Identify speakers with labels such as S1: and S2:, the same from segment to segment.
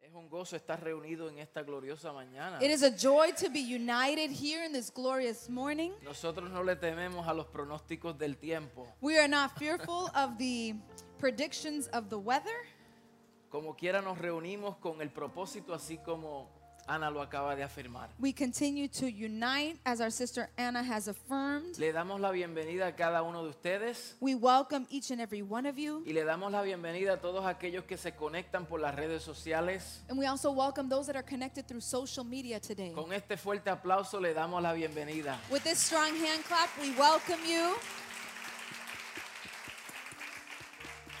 S1: Es un gozo estar reunido en esta gloriosa mañana.
S2: It is a joy to be united here in this glorious morning.
S1: Nosotros no le tememos a los pronósticos del tiempo.
S2: We are not fearful of the predictions of the weather.
S1: Como quiera nos reunimos con el propósito así como Ana lo acaba de afirmar.
S2: We continue to unite as our sister Anna has affirmed.
S1: Le damos la bienvenida a cada uno de ustedes
S2: We welcome each and every one of you.
S1: y le damos la bienvenida a todos aquellos que se conectan por las redes sociales.
S2: And we also welcome those that are connected through social media today.
S1: Con este fuerte aplauso le damos la bienvenida.
S2: With this strong hand clap, we welcome you.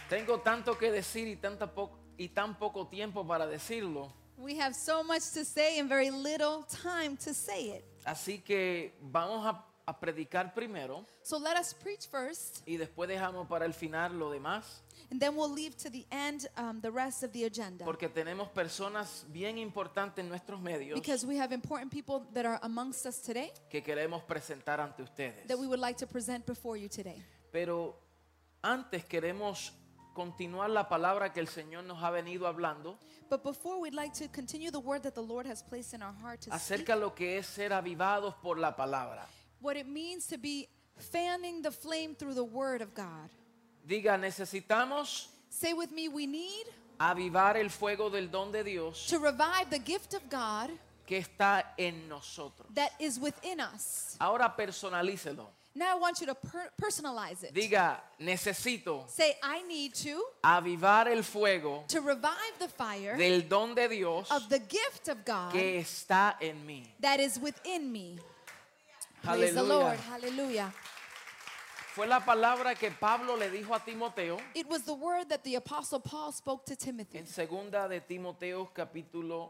S1: Tengo tanto que decir y, tanta po- y tan poco tiempo para decirlo,
S2: We have so much to say and very little time to say it.
S1: así que vamos a- a predicar primero.
S2: So let us preach first,
S1: y después dejamos para el final lo demás,
S2: and then we'll leave to the end um, the rest of the agenda.
S1: porque tenemos personas bien importantes en nuestros medios
S2: Because we have important people that are amongst us today
S1: que queremos presentar ante ustedes.
S2: that we would like to present before you today.
S1: Pero antes queremos continuar la palabra que el Señor nos ha venido hablando
S2: But before we'd like to continue the word that the Lord has placed in our heart to speak,
S1: acerca de lo que es ser avivados por la palabra.
S2: what it means to be fanning the flame through the word of God.
S1: Diga, necesitamos
S2: Say with me, we need
S1: avivar el fuego del don de Dios
S2: to revive the gift of God
S1: que está en nosotros.
S2: that is within us.
S1: Ahora personalícelo.
S2: Now I want you to per- personalize it.
S1: Diga, necesito
S2: Say, I need to
S1: avivar el fuego
S2: to revive the fire
S1: del don de Dios
S2: of the gift of God
S1: que está en mí.
S2: that is within me. Praise the
S1: Aleluya.
S2: Lord. Hallelujah.
S1: Fue la palabra que Pablo le dijo a Timoteo
S2: It was the word that the apostle Paul spoke to Timothy
S1: en segunda de Timoteo capítulo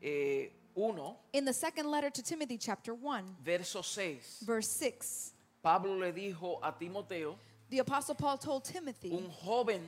S1: eh, 1,
S2: in the second letter to Timothy chapter 1
S1: verso 6.
S2: verse 6.
S1: Pablo le dijo a Timoteo,
S2: The apostle Paul told Timothy,
S1: un joven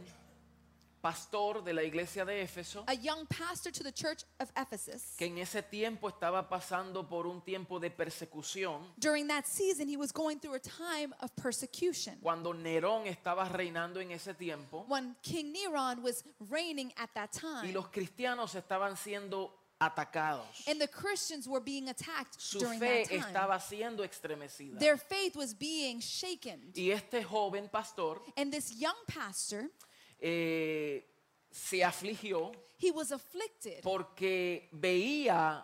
S1: pastor de la iglesia de Éfeso,
S2: a young pastor to the church of Ephesus.
S1: que en ese tiempo estaba pasando por un tiempo de persecución,
S2: During that season he was going through a time of persecution
S1: cuando Nerón estaba reinando en ese tiempo
S2: when King Neron was reigning at that
S1: y
S2: time
S1: los cristianos estaban siendo atacados.
S2: and the Christians were being attacked
S1: Su
S2: during
S1: fe
S2: that time.
S1: estaba siendo estremecida.
S2: Their faith was being shaken.
S1: Y este joven pastor
S2: And this young pastor,
S1: eh, se afligió
S2: he was afflicted
S1: porque veía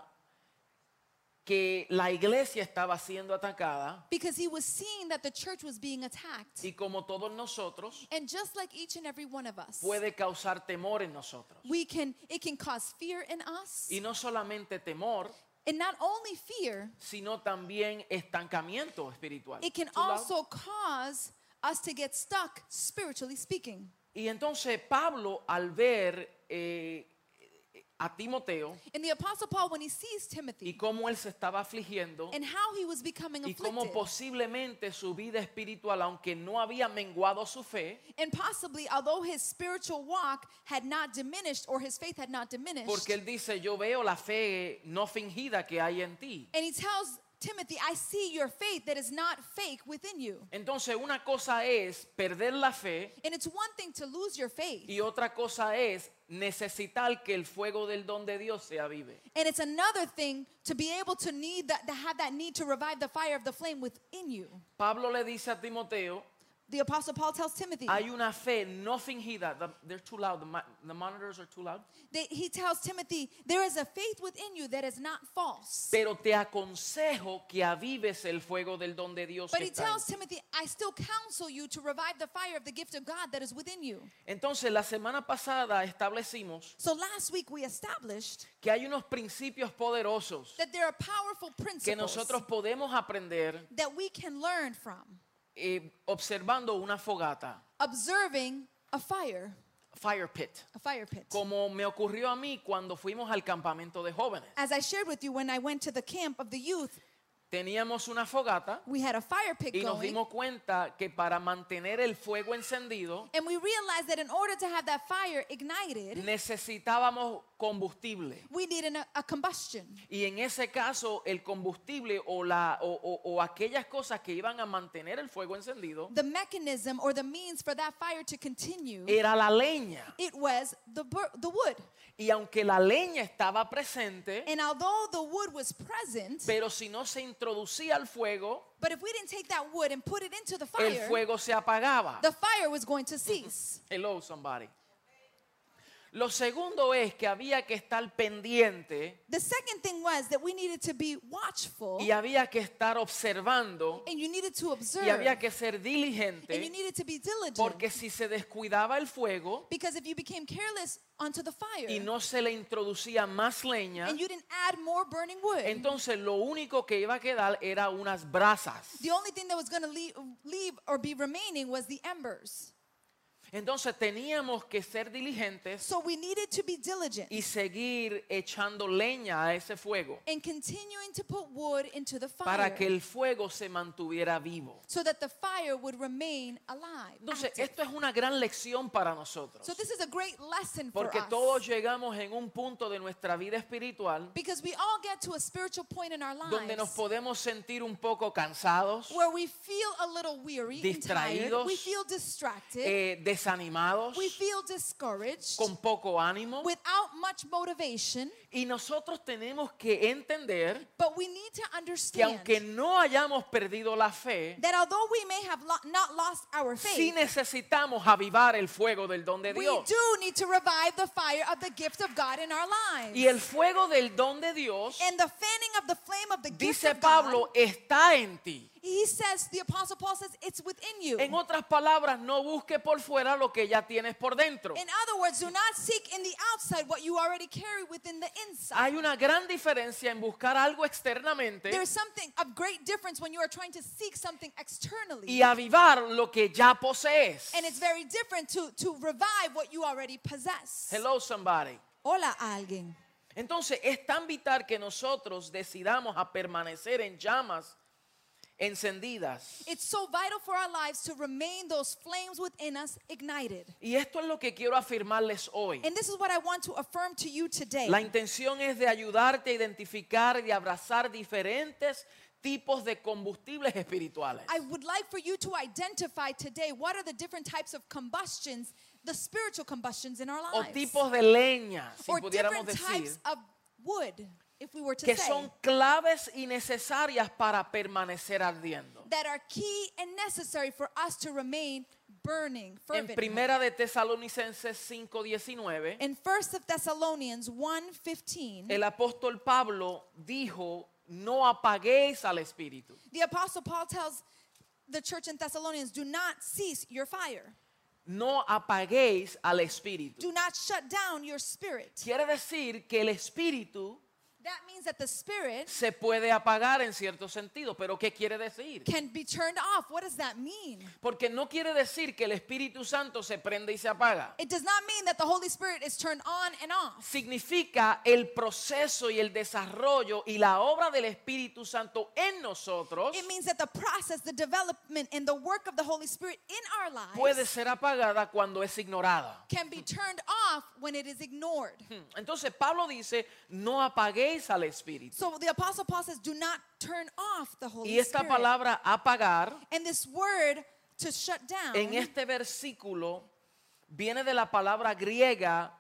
S1: que la iglesia estaba siendo atacada
S2: because he was seeing that the church was being attacked.
S1: y como todos nosotros
S2: And just like each and every one of us,
S1: puede causar temor en nosotros.
S2: we can it can cause fear in us.
S1: Y no solamente temor,
S2: And not only fear,
S1: sino también estancamiento espiritual.
S2: it can
S1: Too loud.
S2: also cause us to get stuck spiritually speaking.
S1: Y entonces Pablo al ver eh, a Timoteo
S2: And the apostle Paul when he sees
S1: y
S2: Timothy
S1: cómo él se estaba afligiendo,
S2: and how he was becoming
S1: y cómo
S2: afflicted
S1: posiblemente su vida espiritual, aunque no había menguado su fe,
S2: and possibly although his spiritual walk had not diminished or his faith had not diminished
S1: porque él dice, yo veo la fe no fingida que hay en ti.
S2: And he tells Timothy, I see your faith that is not fake within you.
S1: Entonces una cosa es perder la fe
S2: And it's one thing to lose your faith,
S1: y otra cosa es necesitar que el fuego del don de Dios se avive.
S2: and it's another thing to be able to need that, to have that need to revive the fire of the flame within you.
S1: Pablo le dice a Timoteo,
S2: The apostle Paul tells Timothy,
S1: hay una fe no fingida. The- They're too loud. The, mon- the monitors are too loud.
S2: that he tells Timothy, there is a faith within you that is not false.
S1: Pero te aconsejo que avives el fuego del don de Dios.
S2: But
S1: que
S2: he
S1: está en
S2: tells Timothy, I still counsel you to revive the fire of the gift of God that is within you.
S1: Entonces, la semana pasada establecimos
S2: So last week we established
S1: que hay unos principios poderosos
S2: that there are powerful
S1: que
S2: principles
S1: nosotros podemos aprender
S2: that we can learn from
S1: eh, observando una fogata,
S2: observing a fire.
S1: fire pit,
S2: a fire pit.
S1: como me ocurrió a mí cuando fuimos al campamento de jóvenes.
S2: As I shared with you when I went to the camp of the youth,
S1: Teníamos una fogata
S2: We had a fire pit
S1: y nos
S2: going,
S1: dimos cuenta que para mantener el fuego encendido
S2: and we realized that in order to have that fire ignited,
S1: necesitábamos combustible.
S2: we needed a, a combustion.
S1: Y en ese caso, el combustible o, la, o, o- o aquellas cosas que iban a mantener el fuego encendido
S2: The mechanism or the means for that fire to continue,
S1: era la leña.
S2: it was the, bur- the wood.
S1: Y aunque la leña estaba presente,
S2: And although the wood was present,
S1: pero si no se introducía el fuego,
S2: but if we didn't take that wood and put it into the
S1: el
S2: fire,
S1: fuego Mm-hmm. se apagaba.
S2: the fire was going to cease.
S1: Hello, somebody. Lo segundo es que había que estar pendiente
S2: The second thing was that we needed to be watchful
S1: y había que estar observando
S2: and you needed to observe
S1: y había que ser
S2: and you
S1: diligente
S2: needed to be diligent
S1: porque si se descuidaba el fuego
S2: because if you became careless onto the fire
S1: y no se le introducía más leña,
S2: and you didn't add more burning wood,
S1: entonces lo único que iba a quedar era unas brasas.
S2: the only thing that was going to leave, leave or be remaining was the embers.
S1: Entonces teníamos que ser diligentes
S2: So we needed to be diligent
S1: y seguir echando leña a ese fuego
S2: and continuing to put wood into the fire
S1: para que el fuego se mantuviera vivo.
S2: so that the fire would remain alive.
S1: Entonces,
S2: active.
S1: esto es una gran lección para nosotros.
S2: so this is a great lesson for
S1: Porque
S2: us.
S1: todos llegamos en un punto de nuestra vida espiritual
S2: because we all get to a spiritual point in our lives
S1: donde nos podemos sentir un poco cansados,
S2: where we feel a little weary and tired.
S1: Distraídos.
S2: We feel distracted.
S1: eh, desanimados,
S2: we feel discouraged.
S1: con poco ánimo.
S2: without much motivation.
S1: Y nosotros tenemos que entender
S2: But we need to
S1: que
S2: understand
S1: aunque no hayamos perdido la fe,
S2: that although we may have lo- not lost our
S1: sí
S2: faith,
S1: necesitamos avivar el fuego del don de
S2: we
S1: Dios.
S2: do need to revive the fire of the gift of God in our lives.
S1: Y el fuego del don de Dios,
S2: and the fanning of the flame of the gift
S1: dice
S2: of God,
S1: Pablo, está en ti.
S2: he says, the apostle Paul says, it's within you.
S1: En otras palabras, no busques por fuera lo que ya tienes por dentro.
S2: in other words, do not seek in the outside what you already carry within the inside.
S1: Hay una gran diferencia en buscar algo externamente
S2: There's something of great difference when you are trying to seek something externally.
S1: y avivar lo que ya posees.
S2: and it's very different to, to revive what you already possess.
S1: Hello somebody.
S2: Hola a alguien.
S1: Entonces es tan vital que nosotros decidamos a permanecer en llamas encendidas.
S2: It's so vital for our lives to remain those flames within us ignited.
S1: Y esto es lo que quiero afirmarles hoy.
S2: And this is what I want to affirm to you today.
S1: La intención es de ayudarte a identificar y abrazar diferentes tipos de combustibles espirituales.
S2: I would like for you to identify today what are the different types of combustions, the spiritual combustions in our
S1: o
S2: lives,
S1: tipos de leña, si
S2: or
S1: pudiéramos
S2: different
S1: decir,
S2: types of wood, if we were to
S1: que
S2: say,
S1: son claves y necesarias para permanecer ardiendo.
S2: that are key and necessary for us to remain burning
S1: En
S2: fervently.
S1: primera de Tesalonicenses 5:19,
S2: in First of Thessalonians 1:15,
S1: el apóstol Pablo dijo, "No apaguéis al espíritu."
S2: the apostle Paul tells the church in Thessalonians, "Do not cease your fire."
S1: No apaguéis al espíritu.
S2: Do not shut down your spirit.
S1: Quiere decir que el espíritu
S2: That means that the spirit
S1: se puede apagar en cierto sentido, pero ¿qué quiere decir?
S2: can be turned off. What does that mean?
S1: Porque no quiere decir que el Espíritu Santo se prende y se apaga.
S2: It does not mean that the Holy Spirit is turned on and off.
S1: significa el proceso y el desarrollo y la obra del Espíritu Santo en nosotros
S2: It means that the process, the development, and the work of the Holy Spirit in our lives
S1: puede ser apagada cuando es ignorada. Hmm.
S2: can be turned off when it is ignored.
S1: Entonces Pablo dice, no apaguéis al Espíritu.
S2: So the Apostle Paul says, do not turn off the Holy
S1: Y esta
S2: Spirit.
S1: palabra apagar
S2: and this word to shut down
S1: en este versículo viene de la palabra griega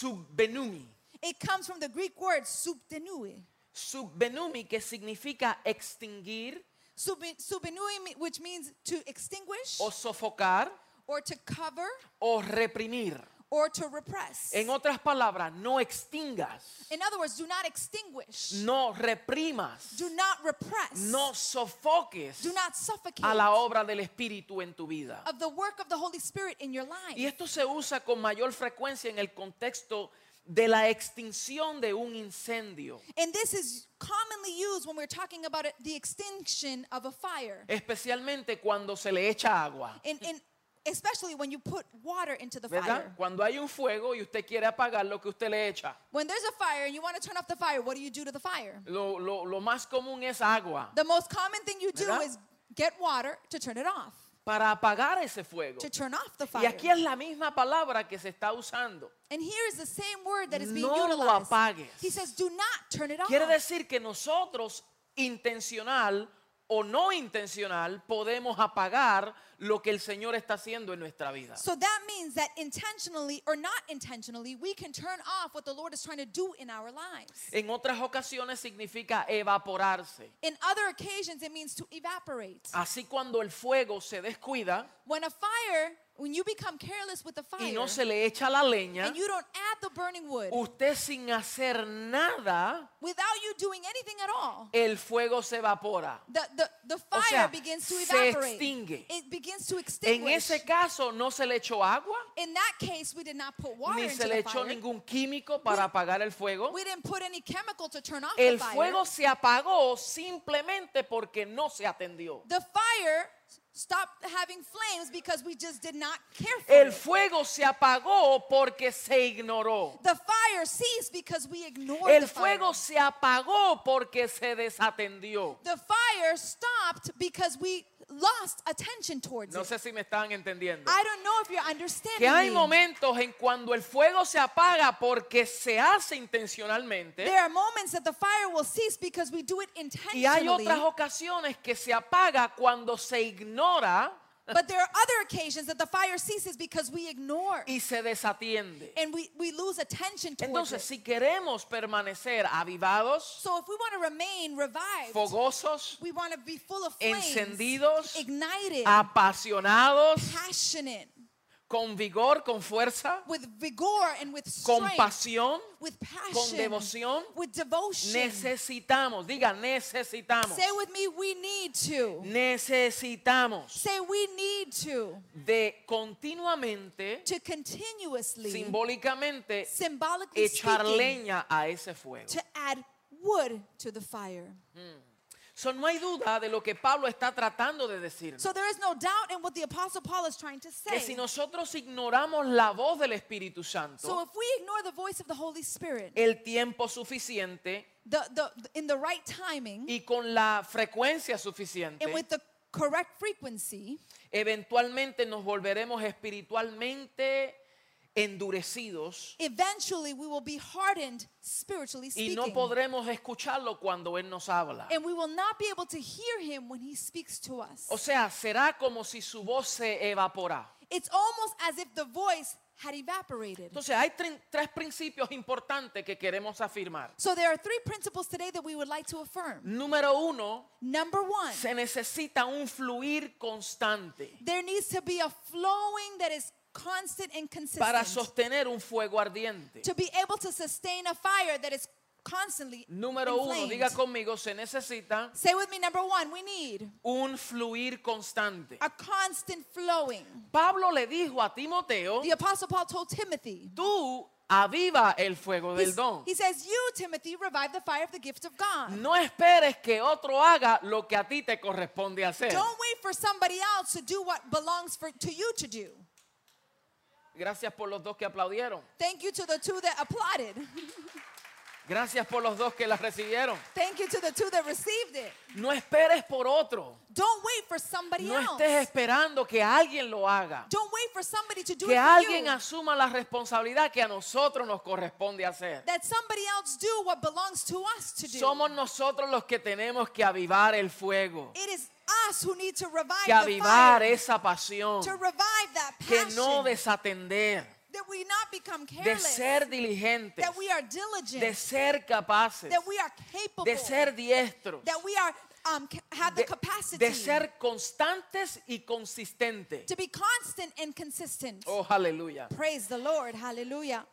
S1: subbenumi.
S2: it comes from the Greek word subtenui.
S1: Subbenumi que significa extinguir
S2: Subi- Subtenui, me- which means to extinguish
S1: o sofocar
S2: or to cover
S1: o reprimir.
S2: or to repress.
S1: En otras palabras, no extingas.
S2: In other words, do not extinguish.
S1: No reprimas,
S2: Do not repress.
S1: no sofoques
S2: Do not suffocate
S1: a la obra del Espíritu en tu vida.
S2: of the work of the Holy Spirit in your life.
S1: Y esto se usa con mayor frecuencia en el contexto de la extinción de un incendio,
S2: And this is commonly used when we're talking about it, the extinction of a fire.
S1: especialmente cuando se le echa agua.
S2: And, and especially when you put water into the
S1: ¿Verdad?
S2: fire.
S1: Cuando hay un fuego y usted quiere apagar lo que usted le echa,
S2: When there's a fire and you want to turn off the fire, what do you do to the fire?
S1: lo, lo- lo más común es agua.
S2: The most common thing you do
S1: ¿Verdad?
S2: is get water to turn it off,
S1: Para apagar ese fuego.
S2: to turn off the
S1: Y
S2: fire.
S1: aquí es la misma palabra que se está usando.
S2: And here is the same word that is being
S1: No lo
S2: utilized.
S1: apagues.
S2: He says, do not turn it off.
S1: Quiere decir que nosotros, intencional o no intencional, podemos apagar lo que el Señor está haciendo en nuestra vida.
S2: So that means that intentionally or not intentionally, we can turn off what the Lord is trying to do in our lives.
S1: En otras ocasiones significa evaporarse.
S2: In other occasions, it means to evaporate.
S1: Así cuando el fuego se descuida
S2: When a fire, when you become careless with the fire
S1: y no se le echa la leña,
S2: and you don't add the burning wood,
S1: usted sin hacer nada,
S2: without you doing anything at all,
S1: el fuego se evapora.
S2: the, the, the fire
S1: sea,
S2: begins to
S1: se
S2: evaporate.
S1: extingue.
S2: It begins to
S1: En
S2: extinguish.
S1: ese caso no se le echó agua,
S2: in that case, we did not put water
S1: ni
S2: into
S1: se le
S2: the
S1: echó
S2: fire.
S1: ningún químico para apagar el fuego.
S2: We didn't put any chemical to turn off
S1: El
S2: the fire.
S1: fuego se apagó simplemente porque no se atendió.
S2: the fire stopped having flames because we just did not care for
S1: El
S2: it.
S1: fuego se apagó porque se ignoró.
S2: The fire ceased because we ignored
S1: El
S2: the fire.
S1: fuego se apagó porque se desatendió.
S2: The fire stopped because we lost attention towards
S1: No
S2: it.
S1: sé si me están entendiendo.
S2: I don't know if you're understanding
S1: Que hay
S2: me.
S1: momentos en cuando el fuego se apaga porque se hace intencionalmente
S2: There are moments that the fire will cease because we do it
S1: y hay
S2: intentionally.
S1: otras ocasiones que se apaga cuando se ignora
S2: but there are other occasions that the fire ceases because we ignore
S1: y se desatiende.
S2: and we, we lose attention towards
S1: Entonces,
S2: it.
S1: si queremos permanecer avivados,
S2: So if we want to remain revived,
S1: fogosos,
S2: we want to be full of flames,
S1: encendidos,
S2: ignited,
S1: apasionados,
S2: passionate,
S1: con vigor, con fuerza,
S2: with vigor and with
S1: con
S2: strength,
S1: pasión,
S2: with
S1: con
S2: passion,
S1: devoción.
S2: with devotion.
S1: Necesitamos, diga, necesitamos.
S2: Say with me, we need to.
S1: Necesitamos
S2: Say we need to.
S1: de continuamente,
S2: To continuously,
S1: simbólicamente,
S2: symbolically
S1: echar
S2: speaking,
S1: leña a ese fuego.
S2: to add wood to the fire.
S1: So, no hay duda de lo que Pablo está tratando de decir.
S2: So there is no doubt in what the Apostle Paul is trying to
S1: Que
S2: say.
S1: si nosotros ignoramos la voz del Espíritu
S2: so
S1: Santo
S2: if we ignore the voice of the Holy Spirit,
S1: el tiempo suficiente
S2: the, the, in the right timing
S1: y con la frecuencia suficiente,
S2: and with the correct frequency,
S1: eventualmente nos volveremos espiritualmente endurecidos
S2: eventually we will be hardened spiritually
S1: y
S2: speaking.
S1: no podremos escucharlo cuando Él nos habla.
S2: and we will not be able to hear him when he speaks to us.
S1: O sea, será como si su voz se evapora.
S2: It's almost as if the voice had evaporated.
S1: Entonces, hay tre- tres principios importantes que queremos afirmar.
S2: So there are three principles today that we would like to affirm.
S1: Número uno,
S2: Number one,
S1: se necesita un fluir constante
S2: there needs to be a flowing that is constant and
S1: para
S2: consistent
S1: sostener un fuego ardiente.
S2: to be able to sustain a fire that is constantly
S1: Número uno,
S2: inflamed.
S1: diga conmigo, se necesita
S2: Say with me, number one, we need
S1: un fluir constante.
S2: a constant flowing.
S1: Pablo le dijo a Timoteo,
S2: The Apostle Paul told Timothy,
S1: tú aviva el fuego
S2: he,
S1: del don.
S2: he says, You, Timothy, revive the fire of the gift of God.
S1: No esperes que otro haga lo que a ti te corresponde hacer.
S2: Don't wait for somebody else to do what belongs for, to you to do.
S1: Gracias por los dos que aplaudieron.
S2: Thank you to the two that applauded.
S1: Gracias por los dos que las recibieron.
S2: Thank you to the two that received it.
S1: No esperes por otro.
S2: Don't wait for somebody
S1: No
S2: else.
S1: estés esperando que alguien lo haga.
S2: Don't wait for somebody to do
S1: Que
S2: it for
S1: alguien
S2: you.
S1: asuma la responsabilidad que a nosotros nos corresponde hacer.
S2: That somebody else do what belongs to us to do.
S1: Somos nosotros los que tenemos que avivar el fuego,
S2: it is us who need to revive
S1: que
S2: the
S1: avivar
S2: fire.
S1: esa pasión,
S2: to revive that
S1: que
S2: passion.
S1: no desatender,
S2: that we not become
S1: de
S2: careless.
S1: ser diligentes,
S2: that we are diligent.
S1: de ser capaces,
S2: that we are capable.
S1: de ser diestros,
S2: that we are um, ca- have the
S1: de,
S2: capacity
S1: de ser constantes y consistentes.
S2: to be constant and consistent.
S1: Oh, aleluya.
S2: Praise the Lord. Hallelujah.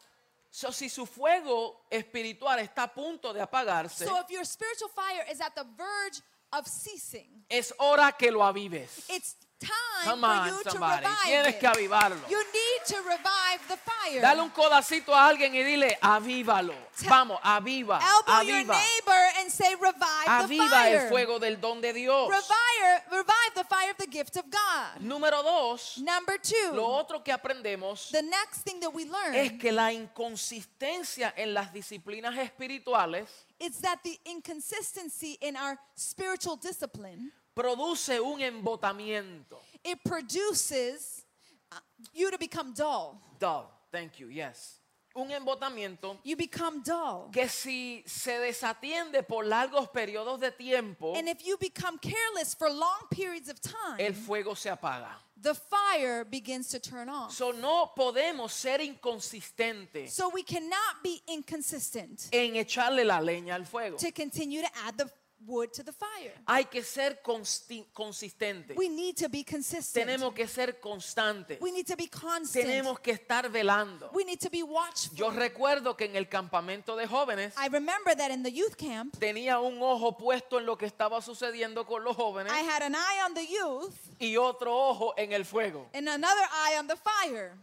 S1: So, si su fuego espiritual está a punto de apagarse,
S2: So if your spiritual fire is at the verge of ceasing,
S1: es hora que lo avives.
S2: it's time
S1: Come on,
S2: for you
S1: somebody.
S2: to revive
S1: Tienes
S2: it.
S1: que avivarlo.
S2: You need to revive the fire.
S1: Dale un codacito a alguien y dile, avívalo.
S2: Te-
S1: Vamos, aviva,
S2: Elbow your
S1: aviva.
S2: neighbor and say, revive the
S1: Aviva
S2: fire.
S1: el fuego del don de Dios.
S2: Revive, revive the fire of the gift of God.
S1: Número dos,
S2: Number two,
S1: lo Eh. otro que aprendemos
S2: the next thing that we learn
S1: es que la
S2: Mm.
S1: inconsistencia en las disciplinas espirituales
S2: is that the inconsistency in our spiritual discipline,
S1: produce un embotamiento.
S2: it produces uh, you to become dull.
S1: Dull, thank you, yes. Un embotamiento
S2: You become dull.
S1: que si se desatiende por largos periodos de tiempo,
S2: And if you become careless for long periods of time,
S1: el fuego se apaga.
S2: the fire begins to turn off.
S1: So, eh. no podemos ser inconsistentes
S2: So we cannot be inconsistent
S1: en echarle la leña al fuego.
S2: to continue to add the wood to the fire.
S1: Hay que ser consti- consistentes.
S2: We need to be consistent.
S1: Tenemos que ser constantes.
S2: We need to be constant.
S1: Tenemos que estar velando.
S2: We need to be watchful.
S1: Yo recuerdo que en el campamento de jóvenes
S2: I remember that in the youth camp,
S1: tenía un ojo puesto en lo que estaba sucediendo con los jóvenes
S2: I had an eye on the youth
S1: y otro ojo en el fuego.
S2: and another eye on the fire.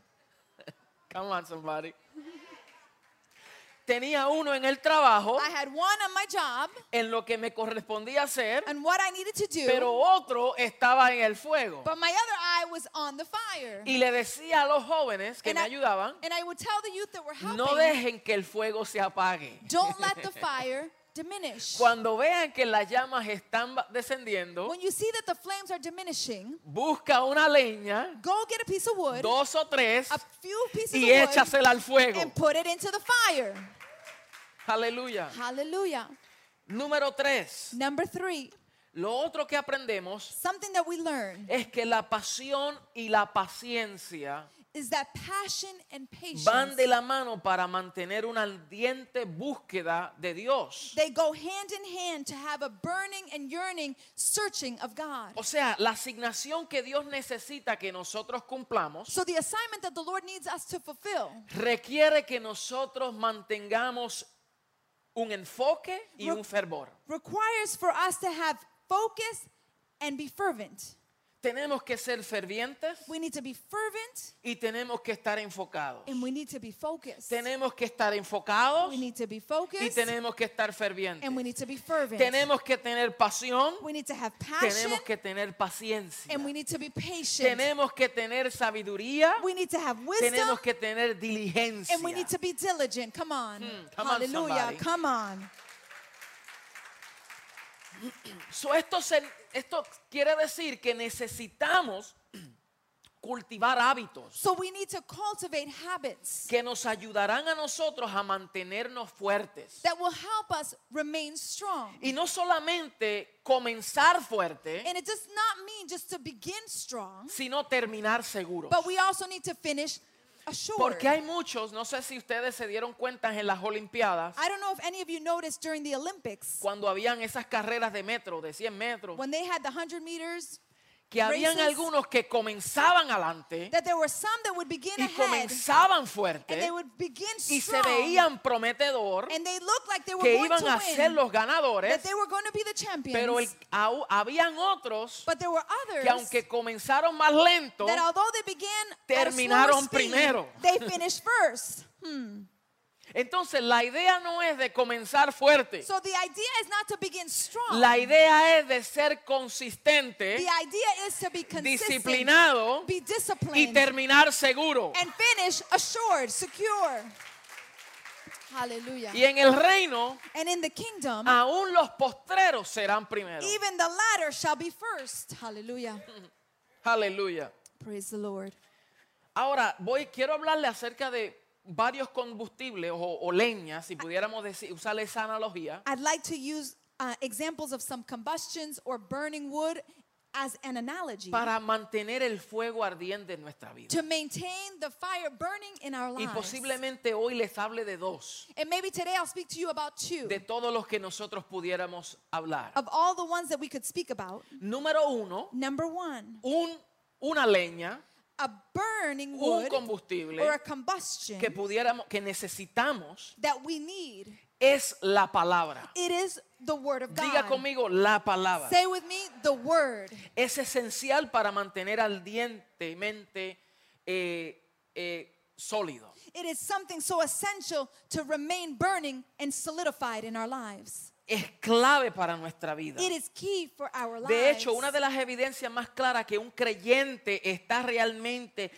S1: Come on, somebody. Tenía uno en el trabajo
S2: I had one on my job
S1: en lo que me correspondía hacer,
S2: and what I needed to
S1: pero
S2: do,
S1: otro estaba en el fuego.
S2: but my other eye was on the fire.
S1: Y le decía a los jóvenes que
S2: And
S1: me
S2: I,
S1: ayudaban,
S2: and I would tell the youth that were
S1: no
S2: helping,
S1: dejen que el fuego se apague.
S2: don't let the fire diminish.
S1: Cuando vean que las llamas están ba- descendiendo,
S2: When you see that the flames are diminishing,
S1: busca una leña,
S2: go get a piece of wood,
S1: dos o tres,
S2: a few pieces
S1: y
S2: of wood,
S1: échasela al fuego.
S2: and put it into the fire.
S1: Aleluya.
S2: Hallelujah.
S1: Número tres,
S2: Number three,
S1: lo otro que aprendemos
S2: something that we learn
S1: es que la pasión y la paciencia
S2: is that passion and patience
S1: van de la mano para mantener una ardiente búsqueda de Dios.
S2: they go hand in hand to have a burning and yearning searching of God.
S1: O sea, la asignación que Dios necesita que nosotros cumplamos
S2: So the assignment that the Lord needs us to fulfill
S1: requiere que nosotros mantengamos un enfoque y
S2: Re-
S1: un fervor.
S2: requires for us to have focus and be fervent.
S1: Tenemos que ser fervientes
S2: We need to be fervent
S1: y tenemos que estar enfocados.
S2: and we need to be focused.
S1: Tenemos que estar enfocados
S2: We need to be
S1: y
S2: focused
S1: tenemos que estar fervientes.
S2: and we need to be fervent.
S1: Tenemos que tener pasión,
S2: We need to have passion
S1: tenemos que tener paciencia,
S2: and we need to be patient.
S1: tenemos que tener sabiduría,
S2: We need to have wisdom
S1: tenemos que tener diligencia.
S2: and we need to be diligent. Come on.
S1: Hmm, come on,
S2: Hallelujah.
S1: somebody.
S2: Come on.
S1: So, esto, se- esto quiere decir que necesitamos cultivar hábitos
S2: So we need to cultivate habits
S1: que nos ayudarán a nosotros a mantenernos fuertes.
S2: that will help us remain strong.
S1: Y no solamente comenzar fuerte,
S2: And it does not mean just to begin strong,
S1: sino terminar seguros.
S2: but we also need to finish assured.
S1: Porque hay muchos, no sé si ustedes se dieron cuenta en las Olimpiadas,
S2: I don't know if any of you noticed during the Olympics
S1: cuando habían esas carreras de metro, de 100 metros,
S2: when they had the 100 meters
S1: que habían
S2: races-
S1: algunos que comenzaban adelante
S2: that there were some that would begin
S1: y
S2: ahead
S1: comenzaban
S2: and they
S1: fuerte
S2: would begin
S1: y se
S2: strong
S1: veían prometedor
S2: and they looked like they were
S1: que
S2: going
S1: iban a
S2: to
S1: ser
S2: win,
S1: los ganadores,
S2: that they were going to be the champions.
S1: pero el- au- habían otros
S2: but there were
S1: que
S2: others
S1: aunque comenzaron más lento,
S2: that although they began at a slower
S1: terminaron
S2: speed,
S1: primero.
S2: they finished first.
S1: entonces la idea no es de comenzar fuerte,
S2: So the idea is not to begin strong.
S1: la idea es de ser
S2: the
S1: consistente,
S2: idea is to be consistent,
S1: disciplinado
S2: be
S1: y
S2: disciplined,
S1: terminar seguro.
S2: and finish assured, secure. Hallelujah.
S1: Y en el reino,
S2: And in the kingdom,
S1: aún los postreros serán primeros.
S2: even the latter shall be first. Hallelujah.
S1: Aleluya.
S2: Praise the Lord.
S1: Ahora voy, quiero hablarle acerca de varios combustibles o, o leñas, si pudiéramos decir, usar esa analogía,
S2: I'd like to use uh, examples of some combustions or burning wood as an analogy
S1: para mantener el fuego ardiente en nuestra vida.
S2: to maintain the fire burning in our
S1: Y
S2: lives.
S1: posiblemente hoy les hable de dos,
S2: And maybe today I'll speak to you about two
S1: de todos los que nosotros pudiéramos hablar.
S2: of all the ones that we could speak about.
S1: Número uno,
S2: Number one,
S1: un, una leña
S2: a burning
S1: un
S2: wood or
S1: combustible
S2: a combustion
S1: que pudiéramos, que necesitamos,
S2: that we need.
S1: es la palabra.
S2: It is the word of God.
S1: Diga conmigo, la palabra.
S2: Say with me, the word.
S1: Es esencial para mantener al diente mente eh, eh, sólido.
S2: It is something so essential to remain burning and solidified in our lives.
S1: Es clave para nuestra vida.
S2: It is key for our lives.
S1: De hecho, una de las evidencias más claras que un creyente está realmente,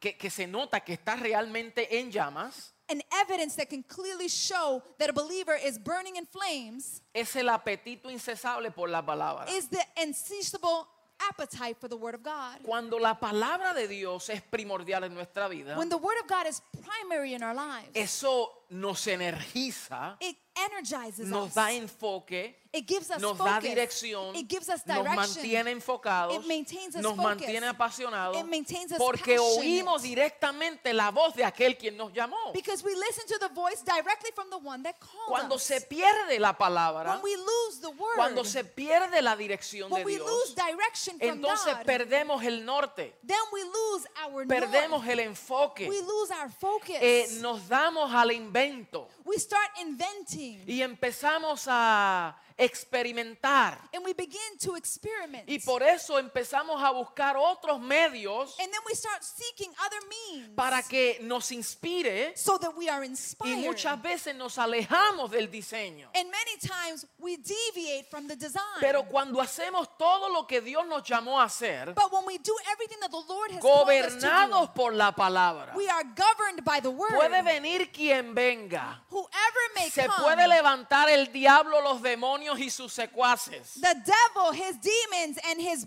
S1: que, que se nota que está realmente en llamas,
S2: An evidence that can clearly show that a believer is burning in flames
S1: es el apetito incesable por la palabra.
S2: is the insatiable appetite for the word of God.
S1: Cuando la palabra de Dios es primordial en nuestra vida,
S2: When the word of God is primary in our lives,
S1: eso nos energiza,
S2: it energizes
S1: nos da
S2: us.
S1: enfoque,
S2: It gives us
S1: nos da
S2: focus.
S1: dirección,
S2: it gives us
S1: nos
S2: direction.
S1: mantiene enfocados,
S2: It maintains us
S1: nos
S2: focused.
S1: mantiene apasionados,
S2: It maintains us
S1: porque
S2: passionate.
S1: oímos directamente la voz de aquel quien nos llamó.
S2: Because we listen to the voice directly from the one that called
S1: Cuando
S2: us.
S1: se pierde la palabra,
S2: when we lose the word,
S1: cuando se pierde la dirección de
S2: when we lose
S1: Dios,
S2: direction from
S1: entonces
S2: God,
S1: perdemos el norte,
S2: then we lose our
S1: perdemos
S2: north.
S1: el enfoque,
S2: We lose our focus.
S1: eh, nos damos al invento
S2: we start inventing
S1: y empezamos a experimentar.
S2: and we begin to experiment.
S1: Y por eso empezamos a buscar otros medios
S2: and then we start seeking other means
S1: para que nos inspire
S2: so that we are
S1: y
S2: inspired.
S1: muchas veces nos alejamos del diseño.
S2: and many times we deviate from the design.
S1: Pero cuando hacemos todo lo que Dios nos llamó a hacer,
S2: but when we do everything that the Lord has called us
S1: gobernados
S2: to
S1: por la palabra,
S2: do, we are governed by the word.
S1: puede venir quien venga.
S2: Whoever may
S1: Se
S2: come,
S1: puede levantar el diablo, los demonios y sus secuaces.
S2: the devil, his demons, and his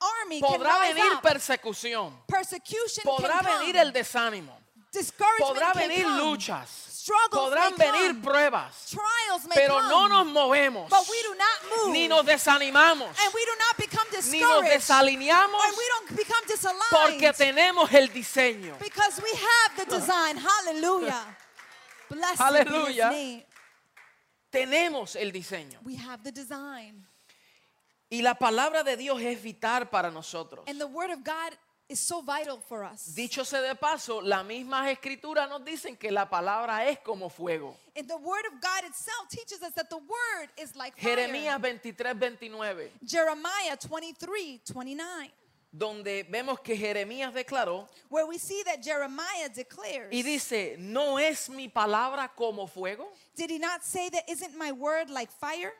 S2: army can
S1: Podrá
S2: rise
S1: venir
S2: up.
S1: persecución,
S2: Persecution
S1: podrá
S2: can come.
S1: venir el desánimo,
S2: Discouragement
S1: podrá
S2: can
S1: venir
S2: come.
S1: luchas,
S2: Struggles
S1: podrán
S2: may come.
S1: venir pruebas,
S2: Trials may
S1: pero
S2: come.
S1: no nos movemos,
S2: but we do not move.
S1: ni nos desanimamos,
S2: and we do not become discouraged.
S1: ni nos desalineamos,
S2: and we don't become disaligned.
S1: porque tenemos el diseño.
S2: because we have the design. Hallelujah. Blessed be
S1: Hallelujah.
S2: his name.
S1: Tenemos el diseño.
S2: We have the design.
S1: Y la palabra de Dios es vital para nosotros.
S2: And the word of God is so vital for us.
S1: Dicho sea de paso, las mismas escrituras nos dicen que la palabra es como fuego.
S2: and the word of God itself teaches us that the word is like fire.
S1: Jeremías 23, 29,
S2: Jeremiah 23, 29,
S1: donde vemos que Jeremías declaró
S2: where we see that Jeremiah declares,
S1: y dice, ¿no es mi palabra como fuego?
S2: Did he not say that isn't my word like fire?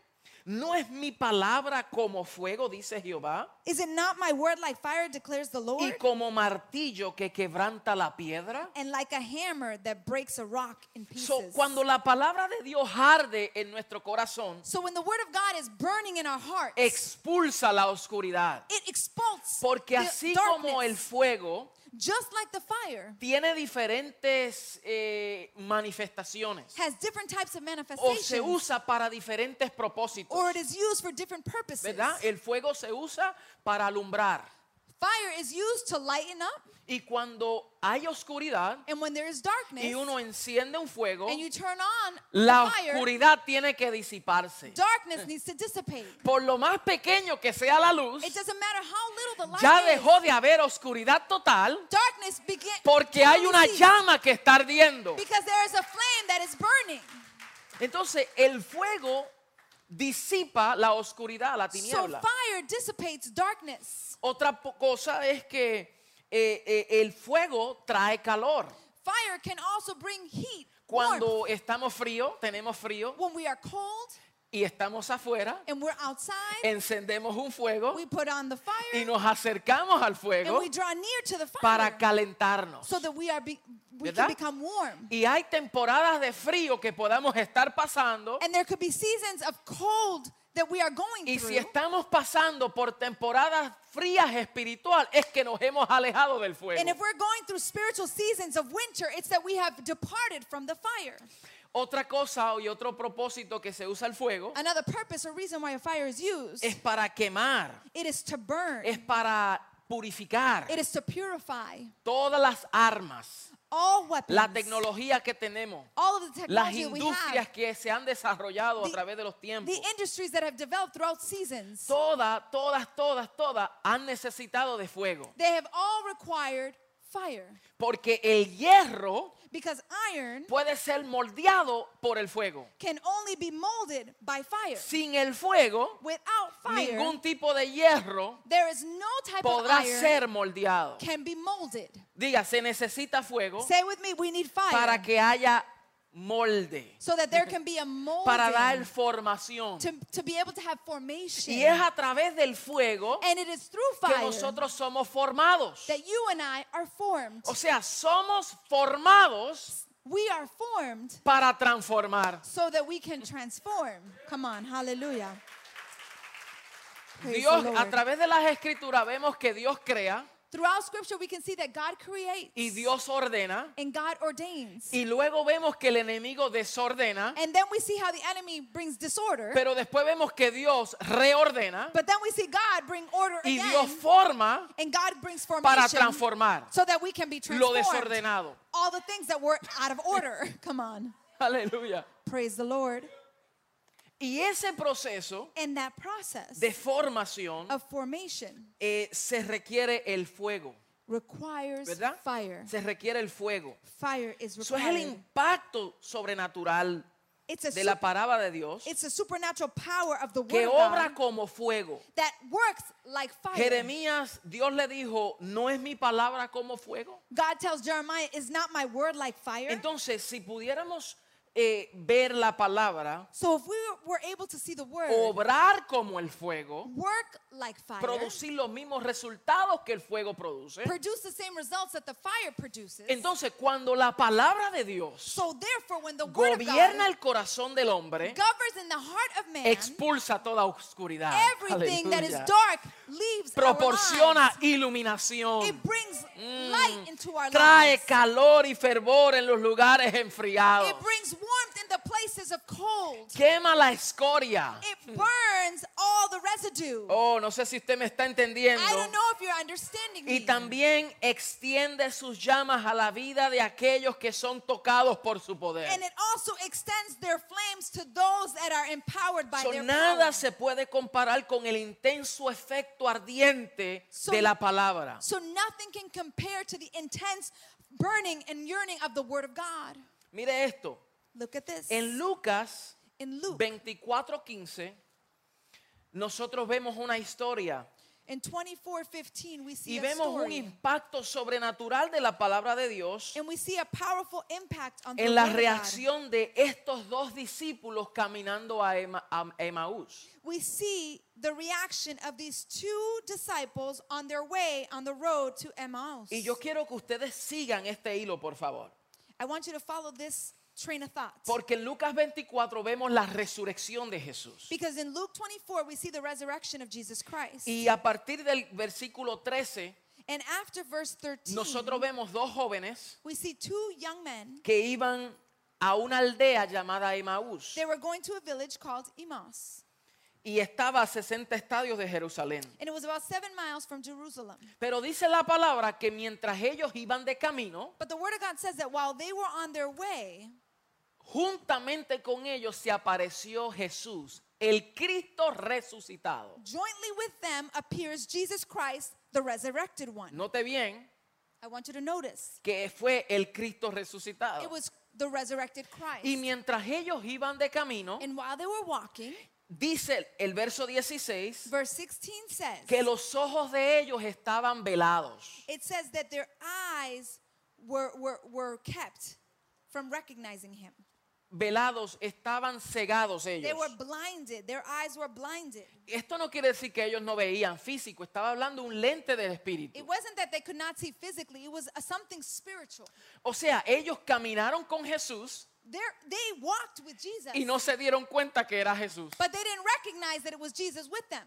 S1: ¿No es mi palabra como fuego, dice Jehová?
S2: Is it not my word like fire, declares the
S1: Y
S2: Lord?
S1: como martillo que quebranta la piedra.
S2: And like a hammer that breaks a rock in pieces.
S1: So, cuando la palabra de Dios arde en nuestro corazón,
S2: So when the word of God is burning in our hearts,
S1: expulsa la oscuridad.
S2: it expulses
S1: Porque
S2: the
S1: así
S2: darkness,
S1: como el fuego
S2: just like the fire
S1: tiene diferentes eh, manifestaciones
S2: has different types of
S1: o
S2: manifestations,
S1: se usa para diferentes propósitos,
S2: or it is used for different purposes.
S1: ¿verdad? El fuego se usa para alumbrar
S2: Fire is used to lighten up,
S1: y cuando hay oscuridad
S2: and when there is darkness,
S1: y uno enciende un fuego,
S2: and you turn on
S1: la
S2: the fire,
S1: oscuridad tiene que disiparse.
S2: darkness needs to dissipate.
S1: Por lo más pequeño que sea la luz,
S2: It doesn't matter how little the light
S1: ya
S2: is.
S1: dejó de haber oscuridad total
S2: Darkness began
S1: porque hay una
S2: ceased
S1: llama que está ardiendo.
S2: Because there is a flame that is burning.
S1: Entonces el fuego disipa la oscuridad, la
S2: So
S1: tiniebla.
S2: fire dissipates darkness.
S1: Otra po- cosa es que eh, eh, el fuego trae calor.
S2: Fire can also bring heat. warmth.
S1: Cuando estamos frío, tenemos frío
S2: when we are cold
S1: y estamos afuera,
S2: and we're outside,
S1: encendemos un fuego
S2: we put on the
S1: y
S2: fire
S1: nos acercamos al
S2: and
S1: fuego
S2: we draw near to the fire
S1: para calentarnos.
S2: so that we are be, we
S1: ¿Verdad?
S2: can become warm.
S1: Y hay temporadas de frío que podamos estar pasando
S2: And there could be seasons of cold that we are going
S1: y
S2: through.
S1: si estamos pasando por temporadas frías espiritual es que nos hemos alejado del
S2: and
S1: fuego.
S2: if we're going through spiritual seasons of winter, it's that we have departed from the fire.
S1: Otra cosa y otro propósito que se usa el fuego
S2: Another purpose or reason why a fire is used,
S1: es para quemar,
S2: it is to burn.
S1: es para purificar
S2: It is to purify
S1: todas las armas
S2: all weapons,
S1: la tecnología que tenemos,
S2: all of the
S1: las
S2: technology that we
S1: industrias
S2: have,
S1: que se han desarrollado a
S2: The-
S1: través de los tiempos,
S2: the industries that have developed throughout seasons,
S1: todas, todas, todas, todas han necesitado de fuego.
S2: they have all required fire
S1: Porque el hierro
S2: because iron
S1: puede ser moldeado por el fuego.
S2: can only be molded by fire.
S1: Sin el fuego,
S2: Without fire,
S1: ningún tipo de hierro
S2: there is no type of
S1: podrá
S2: iron
S1: ser moldeado.
S2: can be molded.
S1: Diga, se necesita fuego
S2: Say with me, we need fire
S1: Oh. para que haya molde,
S2: so that there can be a molding
S1: para dar formación.
S2: to, to be able to have formation.
S1: Y es a través del fuego
S2: and it is through
S1: que
S2: fire
S1: nosotros somos formados.
S2: that you and I are formed.
S1: O sea, somos formados
S2: We are formed
S1: para transformar.
S2: so that we can transform. Come on, hallelujah. Praise
S1: Dios,
S2: the Lord.
S1: a través de las escrituras vemos que Dios crea
S2: Throughout scripture, we can see that God creates
S1: y Dios ordena.
S2: and God ordains.
S1: Y luego vemos que el enemigo desordena.
S2: and then we see how the enemy brings disorder.
S1: Pero después vemos que Dios reordena
S2: but then we see God bring order
S1: y
S2: again.
S1: Dios forma
S2: and God brings formation
S1: para transformar
S2: so that we can be
S1: lo
S2: transformed.
S1: desordenado.
S2: All the things that were out of order. Come on.
S1: Aleluya.
S2: Praise the Lord.
S1: Y ese proceso
S2: In that process
S1: de formación
S2: of formation
S1: eh, se requiere el fuego,
S2: requires
S1: ¿verdad?
S2: fire.
S1: Se requiere el fuego.
S2: Fire is
S1: Eso es el
S2: required.
S1: impacto sobrenatural
S2: It's a,
S1: de
S2: sup-
S1: la palabra de Dios
S2: it's a supernatural power of the word
S1: que
S2: of God
S1: obra como fuego.
S2: that works like fire.
S1: Jeremías, Dios le dijo, ¿no es mi palabra como fuego?
S2: God tells Jeremiah, "Is not my word like fire?"
S1: Entonces, si pudiéramos eh, ver la palabra,
S2: so if we were able to see the word
S1: obrar como el fuego,
S2: work like fire,
S1: producir los mismos resultados que el fuego produce.
S2: produce the same results that the fire produces.
S1: ¿eh? Entonces, cuando la palabra de Dios
S2: so therefore, when the word of God
S1: gobierna el corazón del hombre,
S2: governs in the heart of man,
S1: expulsa toda oscuridad.
S2: everything that is
S1: Aleluya.
S2: dark leaves our
S1: Proporciona
S2: lives.
S1: iluminación.
S2: It brings light into our
S1: Trae
S2: lives.
S1: calor y fervor en los lugares enfriados.
S2: It brings warmth in the places of cold.
S1: Quema la escoria.
S2: It burns all the residue.
S1: mm. Oh, no sé si usted me está entendiendo.
S2: I don't know if you're understanding
S1: Y
S2: me.
S1: también extiende sus llamas a la vida de aquellos que son tocados por su poder.
S2: And it also extends their flames to those that are empowered by
S1: So,
S2: their
S1: nada
S2: power.
S1: se puede comparar con el intenso efecto ardiente
S2: So-
S1: de la palabra.
S2: So nothing can compare to the intense burning and yearning of the word of God.
S1: Mire esto.
S2: Look at this.
S1: En Lucas
S2: in Luke
S1: 24:15 nosotros vemos una historia
S2: in 24:15 we see
S1: y
S2: a
S1: vemos un
S2: story
S1: impacto sobrenatural de la palabra de Dios
S2: and we see a powerful impact on the
S1: en la
S2: word of God.
S1: reacción de estos dos discípulos caminando a, Ema- a Emaús.
S2: We see the reaction of these two disciples on their way on the road to Emmaus.
S1: Y yo quiero que ustedes sigan este hilo, por favor.
S2: I want you to follow this train of thought.
S1: Porque en Lucas 24 vemos la resurrección de Jesús.
S2: Because in Luke 24 we see the resurrection of Jesus Christ.
S1: Y a partir del versículo 13,
S2: And after verse 13,
S1: nosotros vemos dos jóvenes
S2: we see two young men.
S1: que iban a una aldea llamada Emaús
S2: They were going to a village called Emmaus,
S1: y estaba a 60 estadios de Jerusalén.
S2: and it was about seven miles from Jerusalem.
S1: Pero dice la palabra que mientras ellos iban de camino,
S2: But the Word of God says that while they were on their way,
S1: juntamente con ellos se apareció Jesús, el Cristo resucitado.
S2: jointly with them appears Jesus Christ, the resurrected one.
S1: Note bien
S2: I want you to notice
S1: que fue el Cristo
S2: it
S1: resucitado.
S2: was the resurrected Christ.
S1: Y mientras ellos iban de camino,
S2: And while they were walking,
S1: dice el verso 16
S2: verse 16 says,
S1: que los ojos de ellos estaban velados.
S2: it says that their eyes were, were, were kept from recognizing him.
S1: Velados, estaban cegados
S2: They
S1: ellos.
S2: were blinded. Their eyes were blinded.
S1: Esto no quiere decir que ellos no veían físico, estaba hablando un lente del
S2: It
S1: espíritu.
S2: wasn't that they could not see physically, it was a something spiritual.
S1: O sea, ellos caminaron con Jesús
S2: They're, they walked with Jesus,
S1: y no se dieron cuenta que era Jesús.
S2: but they didn't recognize that it was Jesus with them.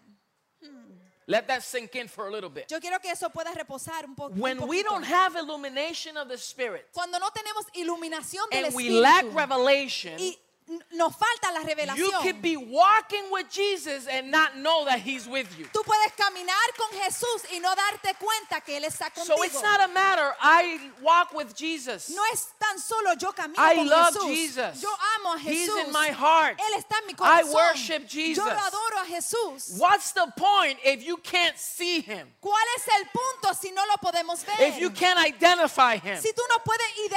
S1: Let that sink in for a little bit.
S2: Yo quiero que eso pueda reposar un, po un
S1: When we
S2: poquito.
S1: don't have illumination of the spirit
S2: Cuando no tenemos iluminación del
S1: and we
S2: Espíritu
S1: lack revelation,
S2: y n- nos falta la
S1: You could
S2: revelación.
S1: be walking with Jesus and not know that he's with you.
S2: Tú puedes caminar con Jesús y no darte cuenta que Él está
S1: So it's
S2: contigo.
S1: not a matter I walk with Jesus.
S2: No es tan solo yo camino
S1: I
S2: con
S1: love
S2: Jesús.
S1: Jesus.
S2: Yo amo a
S1: He's
S2: Jesús.
S1: in my heart.
S2: Él está en mi
S1: I
S2: corazón.
S1: worship Jesus.
S2: Yo lo adoro a Jesús.
S1: What's the point if you can't see him?
S2: ¿Cuál es el punto si no lo podemos ver?
S1: If you can't identify him?
S2: si tú no puedes
S1: He's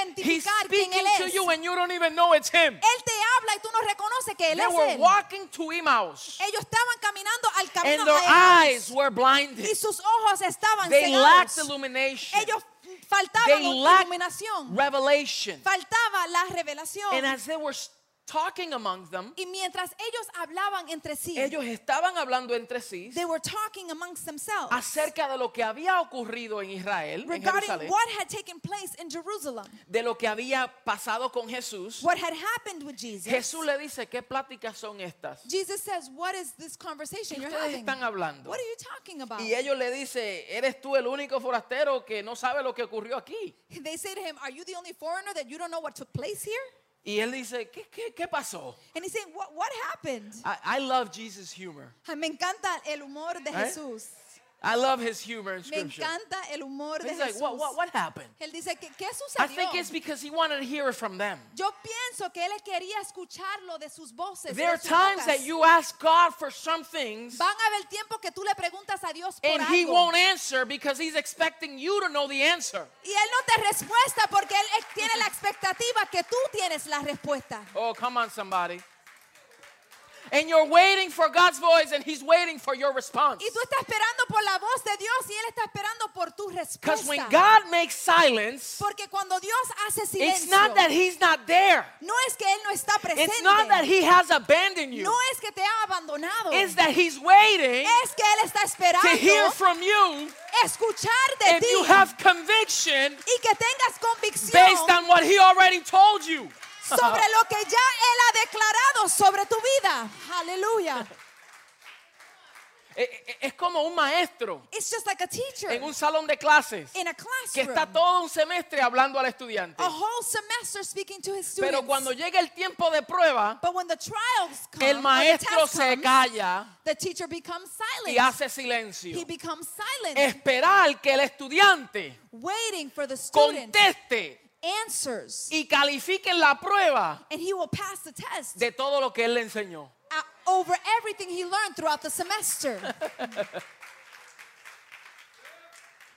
S2: identificar quién
S1: speaking
S2: Él
S1: to
S2: es,
S1: you and you don't even know it's him.
S2: Él te habla y tú no reconoces que Él
S1: They
S2: es
S1: were
S2: Él.
S1: walking to Emmaus
S2: Ellos estaban caminando al
S1: and
S2: camino
S1: their
S2: a Emmaus,
S1: eyes were blinded.
S2: y sus ojos estaban
S1: They lacked
S2: cegados.
S1: illumination.
S2: Ellos faltaban
S1: They
S2: la
S1: lacked
S2: iluminación.
S1: revelation.
S2: Faltaba la revelación.
S1: And as they were talking among them,
S2: y mientras ellos hablaban entre sí,
S1: ellos estaban hablando entre sí
S2: they were talking amongst themselves
S1: acerca de lo que había ocurrido en Israel, en
S2: regarding
S1: Jerusalén,
S2: what had taken place in Jerusalem,
S1: de lo que había pasado con Jesús.
S2: what had happened with Jesus.
S1: Jesús le dice, ¿qué pláticas son estas?
S2: Jesus says, "What is this conversation you're
S1: Ustedes
S2: having?
S1: están hablando.
S2: What are you talking about?"
S1: Y ellos le dicen, ¿eres tú el único forastero que no sabe lo que ocurrió aquí?
S2: They say to him, "Are you the only foreigner that you don't know what took place here?"
S1: Y él dice, ¿qué, qué, qué pasó?
S2: And he's saying, "What what happened?"
S1: I, I love Jesus' humor.
S2: Ay, Ah, Me encanta el humor de
S1: Right?
S2: Jesús.
S1: I love his humor in
S2: Me
S1: scripture.
S2: encanta el humor de
S1: He's like,
S2: Jesús.
S1: what, what, what happened?
S2: Él dice que qué
S1: I think it's
S2: sucedió.
S1: because he wanted to hear it from them.
S2: Yo pienso que él quería escucharlo de sus voces. de
S1: There are
S2: sus
S1: times
S2: bocas.
S1: that you ask God for some things
S2: Van a haber tiempo que tú le preguntas a Dios por
S1: and he
S2: algo.
S1: won't answer because he's expecting you to know the answer.
S2: Y él no te respuesta porque él eh, tiene la expectativa que tú tienes la respuesta.
S1: Oh, come on, somebody. And you're waiting for God's voice and he's waiting for your response.
S2: Y tú estás esperando por la voz de Dios y él está esperando por tu
S1: Because when
S2: respuesta.
S1: God makes silence,
S2: porque cuando Dios hace
S1: it's
S2: silencio,
S1: not that he's not there.
S2: no es que él no está presente.
S1: It's not that he has abandoned you.
S2: no es que te ha abandonado.
S1: It's that he's waiting
S2: es que él está
S1: to
S2: esperando
S1: hear from you
S2: escuchar de
S1: if
S2: ti
S1: you have conviction
S2: y que tengas convicción
S1: based on what he already told you.
S2: sobre lo que ya él ha declarado sobre tu vida. Aleluya.
S1: E- e- Es como un maestro
S2: It's just like a teacher
S1: en un salón de clases
S2: in a
S1: que
S2: classroom.
S1: está todo un semestre hablando al estudiante.
S2: a whole semester speaking to his Oh, students.
S1: Pero cuando llega el tiempo de prueba,
S2: But when the trials come,
S1: el
S2: or
S1: maestro
S2: the test
S1: se
S2: comes,
S1: calla
S2: the teacher becomes
S1: y
S2: silent.
S1: hace silencio.
S2: He becomes silent,
S1: Esperar que el estudiante
S2: waiting for the student
S1: conteste
S2: answers,
S1: y califique la prueba
S2: and he will pass the test
S1: de todo lo que él le enseñó.
S2: uh, over everything he learned throughout the semester.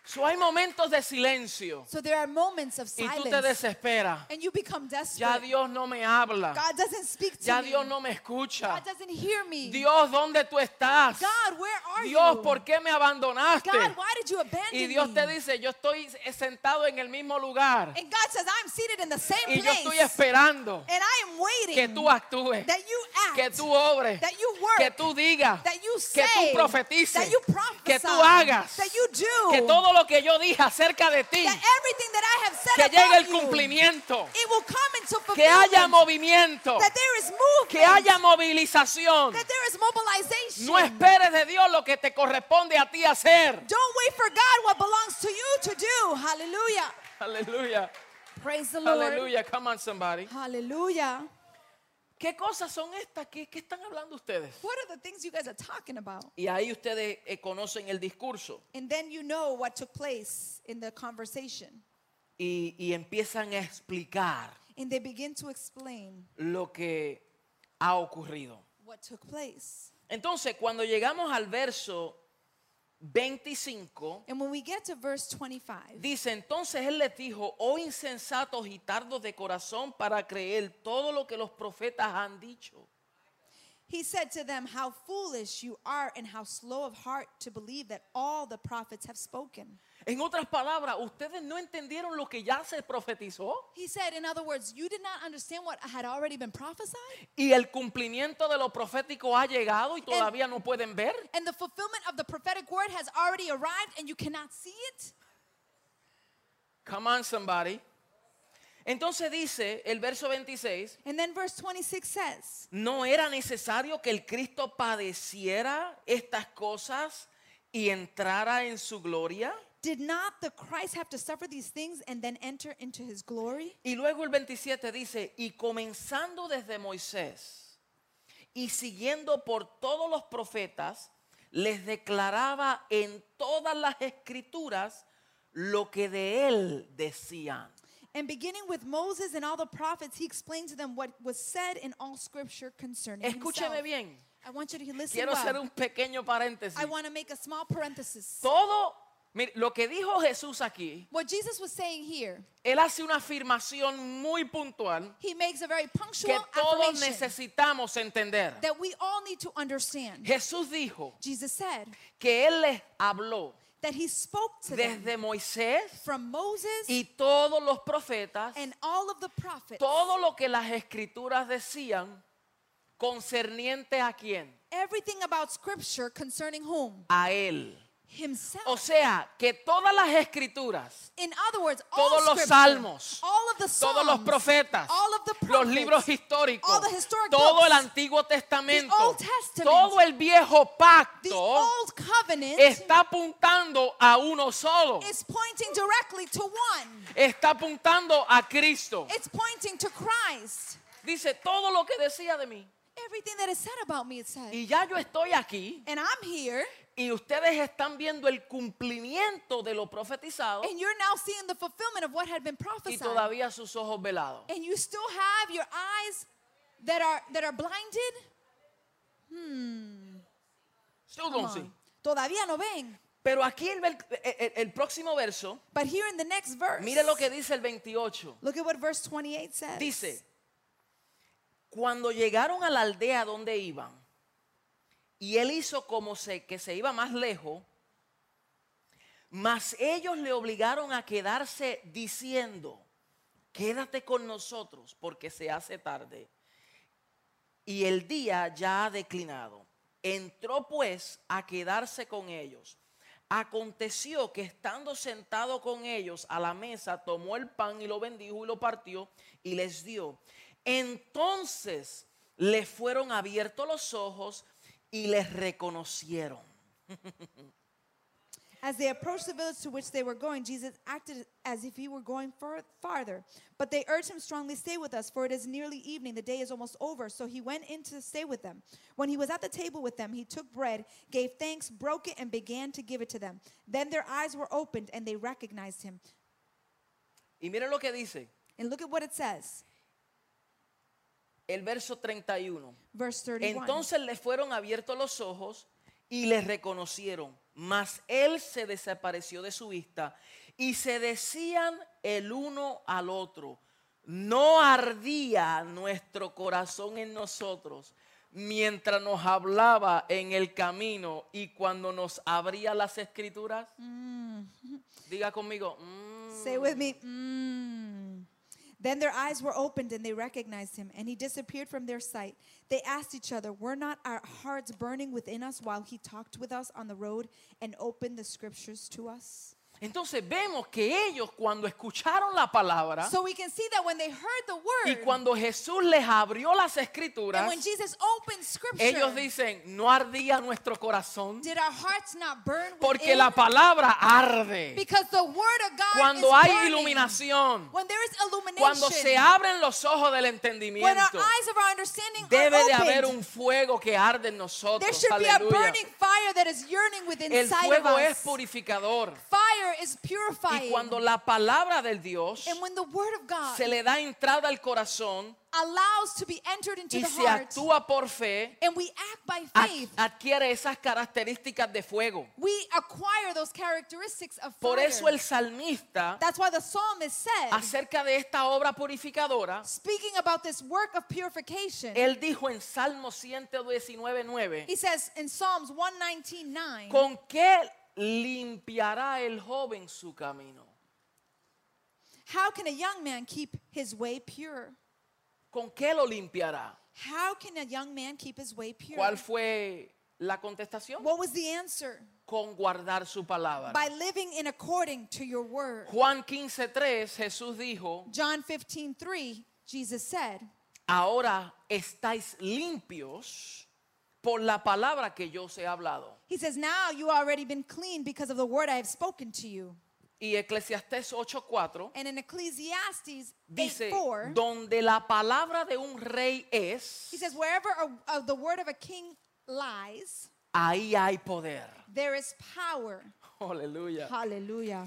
S1: So hay momentos de silencio
S2: so there are moments of
S1: y tú
S2: silence,
S1: te desesperas.
S2: and you become desperate.
S1: Ya Dios no me habla.
S2: God doesn't speak to
S1: Ya
S2: me.
S1: Dios no me escucha.
S2: God doesn't hear me.
S1: Dios, ¿dónde tú estás?
S2: God, where are
S1: Dios,
S2: you?
S1: ¿por qué me abandonaste?
S2: God, why did you abandon
S1: Y Dios
S2: me?
S1: te dice, yo estoy sentado en el mismo lugar
S2: And God says, I'm seated in the same
S1: y yo
S2: place.
S1: estoy esperando
S2: and I am
S1: que
S2: waiting
S1: tú actúes,
S2: that you act,
S1: que tú obres,
S2: that you work,
S1: que tú digas,
S2: that you
S1: que
S2: say,
S1: tú profetices,
S2: that you prophesy,
S1: que tú hagas,
S2: that you do,
S1: que todo lo que yo dije acerca de ti,
S2: that everything that I have
S1: que
S2: said
S1: llegue
S2: about
S1: el
S2: you,
S1: cumplimiento,
S2: it will come into
S1: que haya
S2: fulfillment,
S1: movimiento,
S2: that there is movement,
S1: que haya movilización.
S2: that there is mobilization.
S1: No esperes de Dios lo que te corresponde a ti hacer.
S2: Don't wait for God what belongs to you to do. Hallelujah.
S1: Aleluya,
S2: Praise the Lord.
S1: aleluya, come on somebody.
S2: Hallelujah.
S1: ¿Qué cosas son estas? ¿Qué, qué están hablando ustedes?
S2: What are the things you guys are talking about?
S1: Y ahí ustedes eh, conocen el discurso
S2: And then you know what took place in the conversation.
S1: y, y empiezan a explicar
S2: And they begin to explain
S1: lo que ha ocurrido.
S2: what took place.
S1: Entonces, cuando llegamos al verso 25,
S2: And when we get to verse 25,
S1: dice, entonces él les dijo, oh insensatos y tardos de corazón para creer todo lo que los profetas han dicho.
S2: he said to them, How foolish you are, and how slow of heart to believe that all the prophets have spoken.
S1: En otras palabras, ustedes no entendieron lo que ya se profetizó
S2: He said, In other words, you did not understand what had already been prophesied,
S1: y el cumplimiento de lo profético ha llegado y todavía no pueden ver.
S2: and the fulfillment of the prophetic word has already arrived, and you cannot see it.
S1: Come on, somebody. Entonces dice el verso 26,
S2: And then verse 26 says,
S1: no era necesario que el Cristo padeciera estas cosas y entrara en su gloria.
S2: Did not the Christ have to suffer these things and then enter into his glory?
S1: Y luego el 27 dice, y comenzando desde Moisés y siguiendo por todos los profetas, les declaraba en todas las escrituras lo que de él decían.
S2: And beginning with Moses and all the prophets, he explained to them what was said in all scripture concerning
S1: Escúcheme
S2: himself.
S1: bien,
S2: I want you to listen
S1: quiero hacer
S2: well.
S1: un pequeño paréntesis.
S2: I want to make a small parenthesis.
S1: Todo, mire, lo que dijo Jesús aquí,
S2: What Jesus was saying here,
S1: él hace una afirmación muy puntual
S2: he makes a very
S1: que
S2: punctual
S1: todos
S2: affirmation
S1: necesitamos entender.
S2: that we all need to understand.
S1: Jesús dijo
S2: Jesus said
S1: que él les habló
S2: that he spoke to them
S1: desde Moisés
S2: from Moses
S1: y todos los profetas,
S2: and all of the prophets,
S1: todo lo que las escrituras decían concerniente a quién,
S2: everything about scripture concerning whom?
S1: a él. O
S2: Himself.
S1: sea, que todas las escrituras,
S2: In other words, all
S1: todos los
S2: scripture,
S1: salmos,
S2: all of the Psalms,
S1: todos los profetas,
S2: all of the
S1: los
S2: prophets,
S1: libros históricos,
S2: all the historic
S1: todo el
S2: books,
S1: Antiguo Testamento,
S2: Old Testament,
S1: todo el viejo
S2: the
S1: pacto
S2: old covenant
S1: está apuntando a uno solo.
S2: is pointing directly to one.
S1: Está apuntando a Cristo.
S2: It's pointing to Christ.
S1: Dice todo lo que decía de mí.
S2: Everything that is said about me, it said.
S1: Y ya yo estoy aquí
S2: And I'm here,
S1: y ustedes están viendo el cumplimiento de lo profetizado
S2: and you're now seeing the fulfillment of what had been
S1: y
S2: prophesied.
S1: todavía sus ojos velados.
S2: And you still have your eyes that are that are blinded.
S1: Still
S2: Come
S1: don't see.
S2: on. Todavía no ven.
S1: Pero aquí el, vel- el- el- el próximo verso,
S2: But here in the next verse,
S1: mire lo que dice el 28.
S2: look at what verse 28 says.
S1: Dice, cuando llegaron a la aldea donde iban, y él hizo como se, que se iba más lejos, mas ellos le obligaron a quedarse diciendo, quédate con nosotros porque se hace tarde y el día ya ha declinado. Entró pues a quedarse con ellos. Aconteció que estando sentado con ellos a la mesa, tomó el pan y lo bendijo y lo partió y les dio. Entonces les fueron abiertos los ojos y les reconocieron.
S2: As they approached the village to which they were going, Jesus acted as if he were going far- farther. But they urged him strongly, Stay with us, for it is nearly evening. The day is almost over. So he went in to stay with them. When he was at the table with them, he took bread, gave thanks, broke it, and began to give it to them. Then their eyes were opened, and they recognized him.
S1: Y miren lo que dice
S2: And look at what it says,
S1: el verso 31.
S2: verse 31.
S1: Entonces le fueron abiertos los ojos y les reconocieron, mas él se desapareció de su vista y se decían el uno al otro, no ardía nuestro corazón en nosotros mientras nos hablaba en el camino y cuando nos abría las escrituras. Diga conmigo, mm.
S2: Mm. Say with me. Mm. Then their eyes were opened and they recognized him, and he disappeared from their sight. They asked each other, Were not our hearts burning within us while he talked with us on the road and opened the scriptures to us?
S1: entonces vemos que ellos cuando escucharon la palabra
S2: So we can see that when they heard the
S1: y
S2: word,
S1: cuando Jesús les abrió las
S2: and
S1: escrituras,
S2: when Jesus opened
S1: Ellos
S2: scripture,
S1: dicen, no ardía nuestro corazón
S2: did our hearts not burn
S1: porque
S2: within?
S1: la palabra arde.
S2: Because the word of God
S1: Cuando
S2: is
S1: hay
S2: burning.
S1: iluminación,
S2: when there is illumination,
S1: cuando se abren los ojos del
S2: when our
S1: entendimiento,
S2: eyes of our understanding
S1: debe de
S2: are opened,
S1: haber un fuego que arde en
S2: There
S1: nosotros.
S2: should be a
S1: Aleluya.
S2: burning fire that is yearning within
S1: El
S2: inside of
S1: fuego es
S2: us.
S1: purificador.
S2: Fire is
S1: Y
S2: purifying.
S1: cuando la palabra del Dios
S2: And when the word of God
S1: se le da entrada al corazón
S2: allows to be entered into
S1: y
S2: the
S1: se
S2: heart,
S1: actúa por fe,
S2: and we act by
S1: ad-
S2: faith,
S1: adquiere esas características de fuego.
S2: we acquire those characteristics of
S1: Por
S2: fire.
S1: eso el salmista
S2: That's why the psalmist said,
S1: acerca de esta obra purificadora,
S2: speaking about this work of purification,
S1: él dijo en Salmo 119:9,
S2: he says in Psalms 119.9,
S1: ¿con qué limpiará el joven su camino?
S2: how can a young man keep his way pure?
S1: ¿Con qué lo limpiará?
S2: How can a young man keep his way pure?
S1: ¿Cuál fue la contestación?
S2: What was the answer?
S1: Con guardar su palabra.
S2: By living in according to your word.
S1: Juan 15:3 Jesús dijo,
S2: John 15, 3, Jesus said,
S1: ahora estáis limpios por la palabra que yo os he hablado.
S2: He says, Now you already been clean because of the word I have spoken to you.
S1: Y Eclesiastés 8:4
S2: And in Ecclesiastes 8
S1: dice,
S2: 4,
S1: donde la palabra de un rey es,
S2: he says, Wherever a, a, the word of a king lies,
S1: ahí hay poder.
S2: there is power.
S1: Aleluya.
S2: Hallelujah.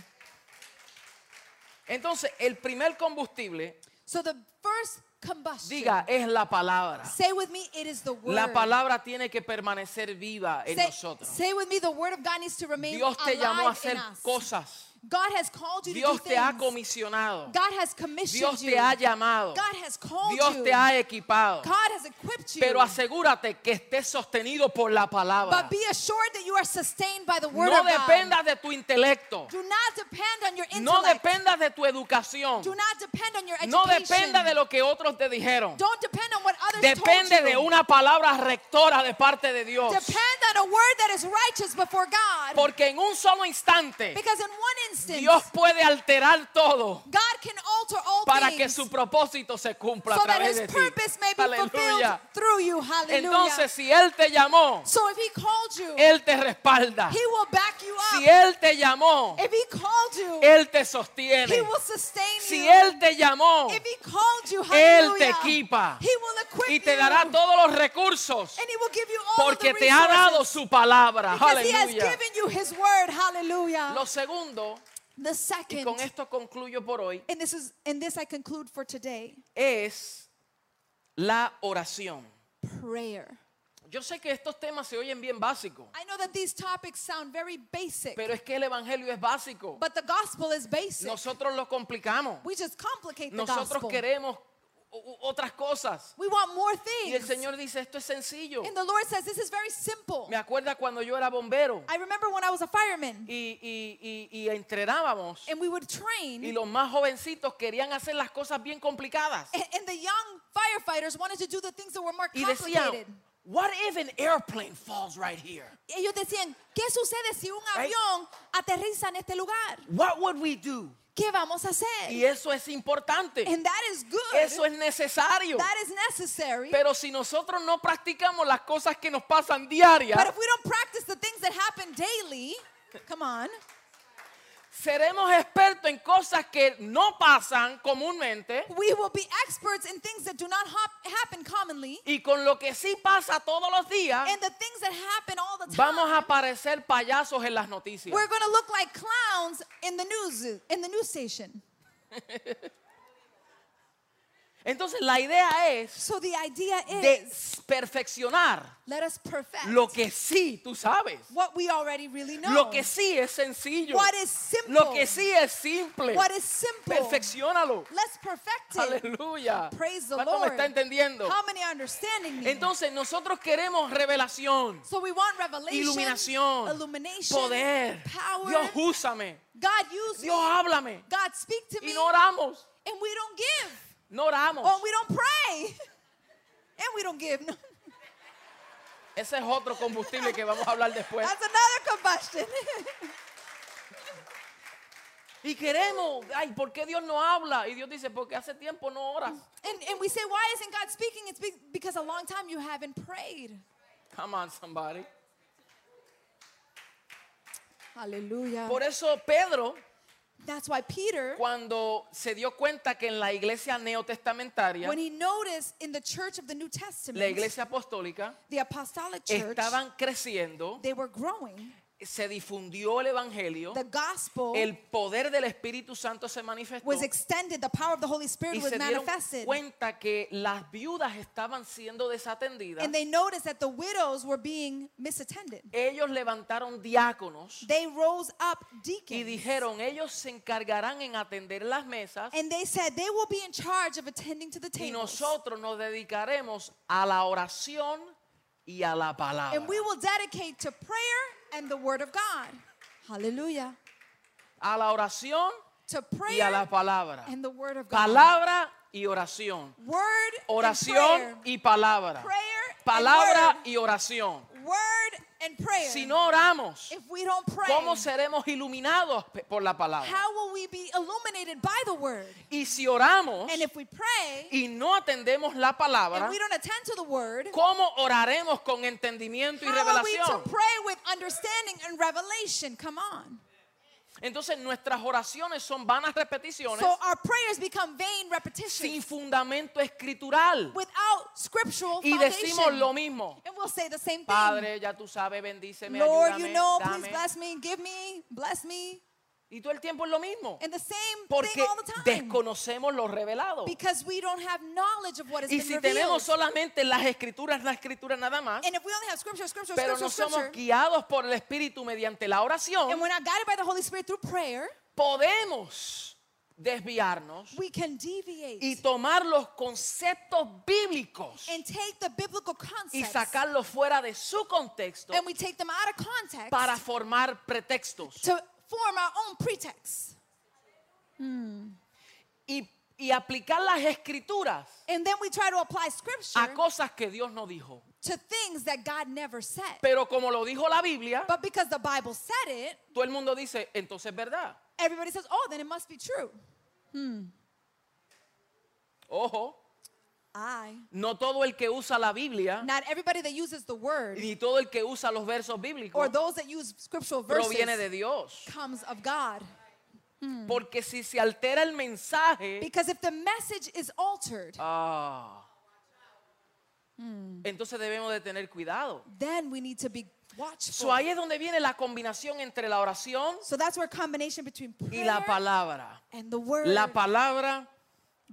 S1: Entonces, el primer combustible,
S2: So the first combustion,
S1: diga, es la palabra.
S2: say with me, it is the word.
S1: La palabra tiene que permanecer viva en
S2: say,
S1: nosotros.
S2: say with me, the word of God needs to remain
S1: Dios te llamó a
S2: alive in
S1: hacer
S2: us.
S1: cosas.
S2: God has called you
S1: Dios
S2: to do
S1: te ha
S2: things.
S1: comisionado.
S2: God has commissioned
S1: Dios
S2: you.
S1: te ha llamado.
S2: God has called
S1: Dios
S2: you.
S1: te ha equipado.
S2: God has equipped you.
S1: Pero asegúrate que estés sostenido por la palabra.
S2: But be assured that you are sustained by the word
S1: No
S2: of God.
S1: dependas de tu intelecto.
S2: Do not depend on your
S1: No
S2: intellect.
S1: dependas de tu educación.
S2: Do not depend on your education.
S1: No dependa de lo que otros te dijeron.
S2: Don't depend on what others
S1: Depende
S2: told you.
S1: de una palabra rectora de parte de Dios.
S2: Depend on a word that is righteous before God.
S1: Porque en un solo instante
S2: because in one instance,
S1: Dios puede alterar todo
S2: God can alter all
S1: para que
S2: things
S1: su propósito se cumpla a
S2: so that
S1: través
S2: His
S1: de ti.
S2: purpose may be fulfilled
S1: Aleluya.
S2: through you. Hallelujah.
S1: Entonces, si Él te llamó,
S2: so if He called you,
S1: Él te respalda.
S2: He will back you up.
S1: Si Él te llamó,
S2: if He called you,
S1: Él te
S2: He
S1: sostiene.
S2: will sustain
S1: Si
S2: you.
S1: Él te llamó
S2: if He called you,
S1: Oh. Él te
S2: hallelujah,
S1: equipa
S2: He will equip
S1: y te
S2: you.
S1: dará todos los recursos
S2: And he will give you all of the
S1: porque te ha dado
S2: resources
S1: su palabra.
S2: because he has
S1: Aleluya.
S2: given you his word. Hallelujah.
S1: Lo segundo,
S2: the
S1: y
S2: second,
S1: con esto concluyo por hoy,
S2: and this is, and this I conclude for today,
S1: es la oración.
S2: prayer.
S1: Yo sé que estos temas se oyen bien básicos,
S2: I know that these topics sound very basic,
S1: pero es que el evangelio es básico.
S2: but the gospel is basic.
S1: Nosotros lo complicamos.
S2: we just complicate the
S1: Nosotros
S2: gospel.
S1: queremos o- o- otras cosas.
S2: We want more
S1: Y el
S2: things.
S1: Señor dice, esto es sencillo.
S2: and the Lord says this is very simple.
S1: Me acuerda cuando yo era bombero
S2: I remember when I was a fireman,
S1: y, y, y, y entrenábamos
S2: and we would train,
S1: y los más jovencitos querían hacer las cosas bien complicadas.
S2: and, and the young firefighters wanted to do the things that were more
S1: Y decían,
S2: complicated.
S1: what if an airplane falls right here?
S2: Ellos decían, ¿qué sucede si un
S1: Right.
S2: avión aterriza en este lugar?
S1: What would we do?
S2: ¿Qué vamos a
S1: Y
S2: hacer?
S1: eso es importante.
S2: And that is good.
S1: Eso es necesario.
S2: That is necessary.
S1: Pero si nosotros no practicamos las cosas que nos pasan diarias,
S2: But if we don't practice the things that happen daily, come on,
S1: seremos expertos en cosas que no pasan comúnmente
S2: we will be experts in things that do not hop- happen commonly.
S1: y con lo que sí pasa todos los días,
S2: And the things that happen all the time,
S1: vamos a parecer payasos en las noticias.
S2: we're going to look like clowns in the news in the news station.
S1: Entonces la idea es
S2: So the idea
S1: de
S2: is
S1: perfeccionar
S2: let us perfect
S1: lo que sí tú sabes,
S2: what we already really know.
S1: lo que sí es sencillo,
S2: What is simple.
S1: lo que sí es simple.
S2: What is simple.
S1: Perfeccionalo.
S2: Let's perfect it.
S1: Aleluya.
S2: Praise the
S1: ¿Cuánto me
S2: Lord.
S1: está entendiendo?
S2: How many are understanding me?
S1: Entonces nosotros queremos revelación,
S2: so we want revelation,
S1: iluminación,
S2: illumination,
S1: poder.
S2: power.
S1: Dios úsame,
S2: God use
S1: Dios
S2: me.
S1: háblame.
S2: God speak to
S1: Y
S2: me. Oh.
S1: no oramos,
S2: and we don't give.
S1: no oramos.
S2: Or we don't pray. and we don't give. No,
S1: Ese es otro combustible que vamos a hablar después.
S2: that's another combustion.
S1: Y queremos, ay, ¿por qué Dios no habla? Y Dios dice, porque hace tiempo no oras.
S2: and, and we say, why isn't God speaking? It's be- because a long time you haven't prayed.
S1: Come on, somebody.
S2: Hallelujah.
S1: Por eso Pedro,
S2: That's why Peter,
S1: cuando se dio cuenta que en la iglesia neotestamentaria,
S2: when he noticed in the church of the New Testament,
S1: la iglesia apostólica,
S2: the apostolic church,
S1: estaban creciendo,
S2: they were growing.
S1: se difundió el evangelio,
S2: The gospel
S1: el poder del Espíritu Santo se manifestó
S2: was extended, the power of the Holy Spirit
S1: y
S2: was
S1: se dieron
S2: manifested.
S1: cuenta que las viudas estaban siendo desatendidas.
S2: And they noticed that the widows were being misattended.
S1: Ellos levantaron diáconos
S2: They rose up
S1: y
S2: deacons.
S1: dijeron, ellos se encargarán en atender las mesas
S2: And they said they will be in charge of attending to the
S1: y
S2: tables.
S1: nosotros nos dedicaremos a la oración y a la palabra.
S2: And we will dedicate to prayer and the word of God. Hallelujah.
S1: A la oración
S2: To
S1: y a la
S2: prayer
S1: palabra.
S2: and the word of God.
S1: Palabra y oración.
S2: Word and prayer.
S1: Oración y palabra.
S2: Prayer and
S1: Palabra
S2: word.
S1: y oración.
S2: Word and prayer,
S1: Si no oramos,
S2: if we don't pray,
S1: ¿cómo seremos iluminados pe- por la palabra?
S2: how will we be illuminated by the word?
S1: Y si oramos
S2: And if we pray
S1: y no atendemos la
S2: and
S1: palabra,
S2: we don't attend to the word,
S1: ¿cómo oraremos con entendimiento y
S2: how are we to
S1: revelación?
S2: pray with understanding and revelation? Come on.
S1: Entonces nuestras oraciones son vanas repeticiones
S2: So our prayers become vain
S1: sin
S2: repetitions
S1: fundamento escritural.
S2: without scriptural
S1: Y decimos
S2: foundation.
S1: lo mismo.
S2: And we'll say the same thing.
S1: Padre, ya tú sabes, bendíceme,
S2: Lord,
S1: ayúdame,
S2: you know, please
S1: dame.
S2: bless me, give me, bless me.
S1: Y todo el tiempo es lo mismo.
S2: And the same thing
S1: Porque
S2: all the time.
S1: desconocemos lo revelado.
S2: Because we don't have knowledge of what has
S1: Y
S2: been
S1: si
S2: revealed.
S1: tenemos solamente las escrituras, las escrituras nada más,
S2: and if we only have scripture, scripture,
S1: pero
S2: scripture,
S1: no somos
S2: scripture,
S1: guiados por el Espíritu mediante la
S2: and
S1: oración,
S2: we're not guided by the Holy Spirit through prayer,
S1: podemos desviarnos
S2: we can deviate
S1: y tomar los conceptos bíblicos
S2: and take the biblical
S1: y
S2: concepts
S1: sacarlos fuera de su contexto
S2: and we take them out of context
S1: para formar pretextos.
S2: to form our own pretexts.
S1: y, y aplicar las escrituras
S2: And then we try to apply
S1: a
S2: scripture
S1: cosas que Dios no dijo.
S2: to things that God never said.
S1: Pero como lo dijo la Biblia,
S2: But because the Bible said it,
S1: todo el mundo dice, entonces es verdad.
S2: everybody says, oh, then it must be true.
S1: Ojo,
S2: I.
S1: no todo el que usa la Biblia
S2: Not everybody that uses the word
S1: ni todo el que usa los versos
S2: or
S1: bíblicos
S2: those that use scriptural
S1: proviene
S2: verses
S1: de Dios.
S2: comes of God. Mm.
S1: Porque si se altera el mensaje,
S2: Because if the message is altered,
S1: ah,
S2: Mm.
S1: entonces debemos de tener cuidado.
S2: then we need to be watchful.
S1: So, ahí es donde viene la combinación entre la oración
S2: So that's where a combination between
S1: y la
S2: prayer
S1: palabra.
S2: and the word,
S1: La palabra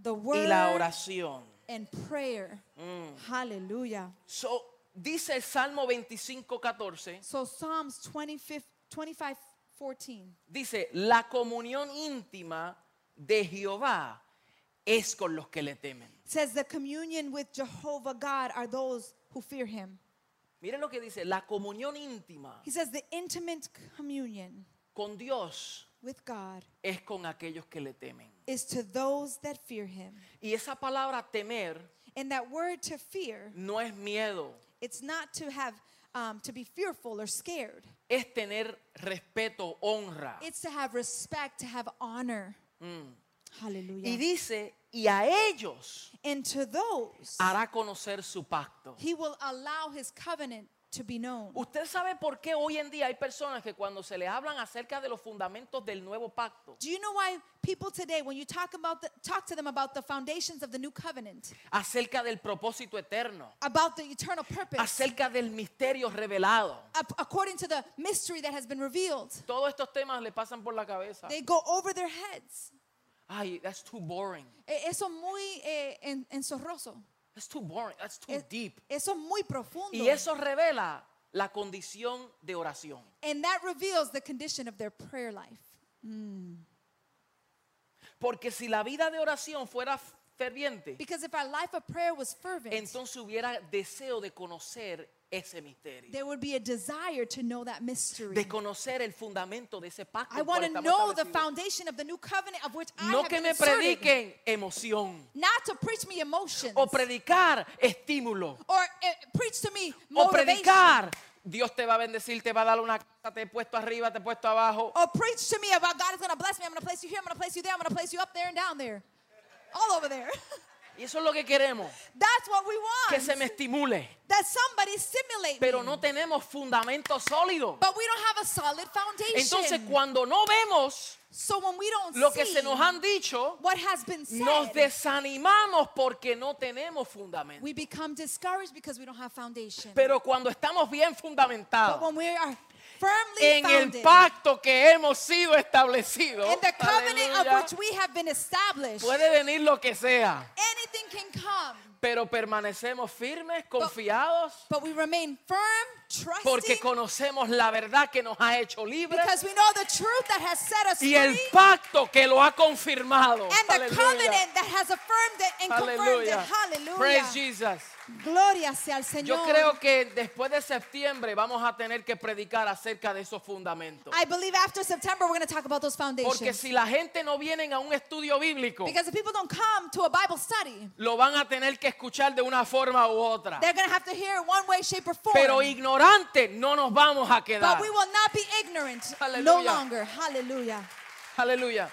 S2: the
S1: y la
S2: word
S1: oración. Mm.
S2: and prayer. Hallelujah.
S1: So, dice el Salmo 25, 14,
S2: So Psalms 25, 25 14.
S1: dice, la comunión íntima de Jehová es con los que le temen.
S2: says the communion with Jehovah God are those who fear him.
S1: Miren lo que dice, la comunión íntima
S2: He says the intimate communion
S1: con Dios
S2: with God
S1: es con aquellos que le temen.
S2: is to those that fear him.
S1: Y esa palabra temer
S2: And that word to fear,
S1: no es miedo,
S2: it's not to have um, to be fearful or scared.
S1: es tener respeto, honra.
S2: It's to have respect, to have honor.
S1: Y
S2: Hallelujah.
S1: dice, y a ellos
S2: And to those,
S1: hará conocer su pacto.
S2: he will allow his covenant to be known.
S1: Usted sabe por qué hoy en día hay personas que cuando se les hablan acerca de los fundamentos del nuevo pacto,
S2: Do you know why people today, when you talk about the, talk to them about the foundations of the new covenant,
S1: acerca del propósito eterno,
S2: about the eternal purpose,
S1: acerca del misterio revelado,
S2: ap- according to the mystery that has been revealed,
S1: todos estos temas le pasan por la cabeza.
S2: they go over their heads.
S1: Ay, that's too boring.
S2: E- Eso muy eh, en- ensorroso.
S1: That's too boring. That's too
S2: E-
S1: deep.
S2: Eso muy profundo.
S1: Y eso revela la condición de oración.
S2: And that reveals the condition of their prayer life.
S1: Porque si la vida de oración fuera ferviente,
S2: Because if our life of prayer was fervent,
S1: entonces hubiera deseo de conocer ese misterio,
S2: there would be a desire to know that mystery.
S1: de conocer el fundamento de ese pacto.
S2: I
S1: en cual
S2: want to
S1: estamos
S2: know the
S1: establecidos.
S2: foundation of the new covenant of which I
S1: No
S2: have
S1: que
S2: been
S1: me
S2: inserted.
S1: prediquen emoción
S2: Not to preach me emotions.
S1: o predicar estímulo
S2: or eh, preach to me
S1: o
S2: motivation.
S1: predicar Dios te va a bendecir, te va a dar una casa, te he puesto arriba, te he puesto abajo.
S2: Or preach to me about God is going to bless me. I'm going to place you here. I'm going to place you there. I'm going to place you up there and down there. All over there.
S1: Y eso es lo que queremos,
S2: That's what we want.
S1: que se me estimule.
S2: that somebody stimulate
S1: Pero
S2: me.
S1: no tenemos fundamento sólido.
S2: But we don't have a solid foundation.
S1: Entonces cuando no vemos
S2: so when we don't
S1: lo
S2: see
S1: que se nos han dicho,
S2: what has been said,
S1: nos desanimamos porque no tenemos fundamento.
S2: we become discouraged because we don't have foundation.
S1: Pero cuando estamos bien
S2: but
S1: fundamentados
S2: when we are firmly
S1: en
S2: founded
S1: el pacto que hemos sido establecidos,
S2: in the covenant
S1: aleluya,
S2: of which we have been established,
S1: Puede venir lo que sea,
S2: anything can come.
S1: pero permanecemos firmes, confiados,
S2: But we remain firm, trusting,
S1: porque conocemos la verdad que nos ha hecho libres
S2: because we know the truth that has set us
S1: y
S2: free,
S1: el pacto que lo ha confirmado.
S2: and the
S1: Aleluya.
S2: covenant that has affirmed it and confirmed
S1: Aleluya.
S2: it. Hallelujah.
S1: Praise Jesus.
S2: Gloria sea al Señor.
S1: Yo creo que después de septiembre vamos a tener que predicar acerca de esos fundamentos.
S2: I believe after September we're going to talk about those foundations.
S1: Porque si la gente no viene a un estudio bíblico,
S2: because if people don't come to a Bible study,
S1: lo van a tener que escuchar de una forma u otra.
S2: They're going to have to hear it one way, shape, or form.
S1: Pero ignorantes no nos vamos a quedar.
S2: but we will not be ignorant no
S1: Hallelujah.
S2: longer. Hallelujah.
S1: Aleluya.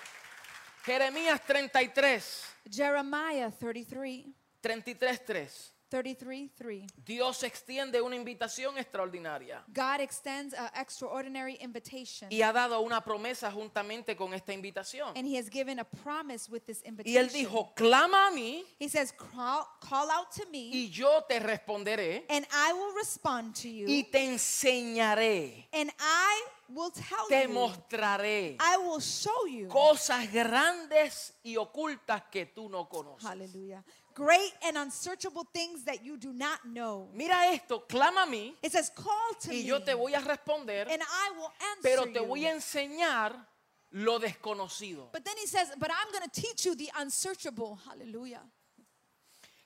S1: Jeremías 33,
S2: Jeremiah 33,
S1: 33, 3.
S2: 33, 3.
S1: Dios extiende una invitación extraordinaria
S2: God extends an extraordinary invitation.
S1: y ha dado una promesa juntamente con esta invitación.
S2: And he has given a promise with this
S1: Y él
S2: invitation.
S1: dijo, clama a mí
S2: He says, call, call out to me,
S1: y yo te responderé
S2: and I will respond to you,
S1: y te enseñaré,
S2: and I will tell
S1: te
S2: you,
S1: mostraré
S2: I will show you,
S1: cosas grandes y ocultas que tú no conoces.
S2: hallelujah, great and unsearchable things that you do not know.
S1: Mira esto, clama a mí
S2: It says, call to
S1: y
S2: me,
S1: yo te voy a responder,
S2: and I will answer
S1: pero te voy
S2: you.
S1: a enseñar lo desconocido.
S2: But then he says, but I'm going to teach you the unsearchable, hallelujah.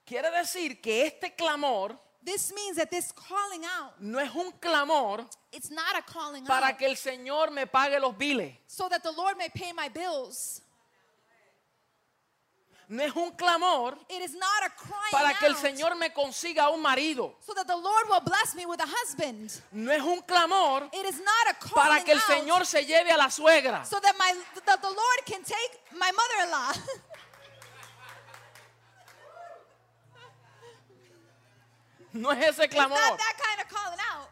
S1: Quiere decir que este clamor
S2: This means that this calling out,
S1: no es un clamor
S2: it's not a calling
S1: para
S2: out
S1: que el Señor me pague los biles.
S2: so that the Lord may pay my bills.
S1: No es un clamor
S2: It is not a crying
S1: para que el
S2: out
S1: Señor me consiga un marido.
S2: so that the Lord will bless me with a husband.
S1: No es un clamor
S2: It is not a calling
S1: para que el
S2: out
S1: Señor se lleve a la suegra.
S2: so that my that the Lord can take my mother-in-law.
S1: No es ese
S2: it's not
S1: clamor.
S2: that kind of calling out.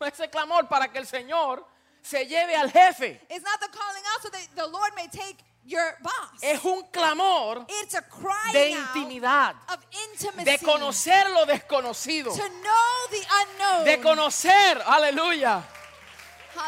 S1: No es ese clamor para que el Señor se lleve al jefe.
S2: It's not the calling out so that the Lord may take your boss.
S1: Es un clamor
S2: It's a crying
S1: Eh, de
S2: out
S1: intimidad,
S2: of intimacy
S1: de conocer lo desconocido,
S2: to know the unknown.
S1: de conocer, aleluya,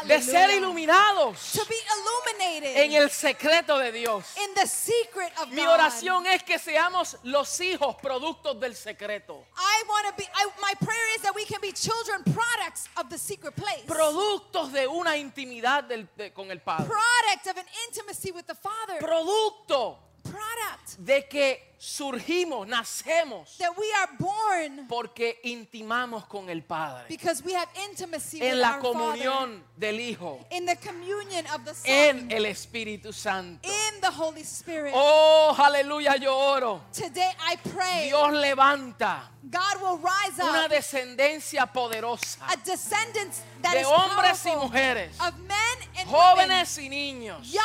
S1: de ser
S2: Hallelujah.
S1: iluminados
S2: to be illuminated
S1: en el secreto de Dios.
S2: in the secret of
S1: Mi
S2: God.
S1: oración es que seamos los hijos productos del secreto.
S2: I want to be. I, my prayer is that we can be children, products of the secret place,
S1: Productos de una intimidad del- de- con el Padre.
S2: product of an intimacy with the Father,
S1: Producto
S2: product
S1: de que surgimos, nacemos,
S2: that we are born
S1: porque intimamos con el Padre.
S2: because we have intimacy with
S1: En la
S2: our Father,
S1: comunión del Hijo,
S2: in the communion of the Son,
S1: en el Espíritu Santo.
S2: in the Holy Spirit.
S1: Oh, aleluya, yo oro.
S2: Today I pray
S1: Dios levanta
S2: God will rise
S1: una
S2: up
S1: descendencia poderosa
S2: a descendants that
S1: de
S2: is
S1: hombres y
S2: powerful
S1: mujeres,
S2: of men and women,
S1: jóvenes y niños,
S2: young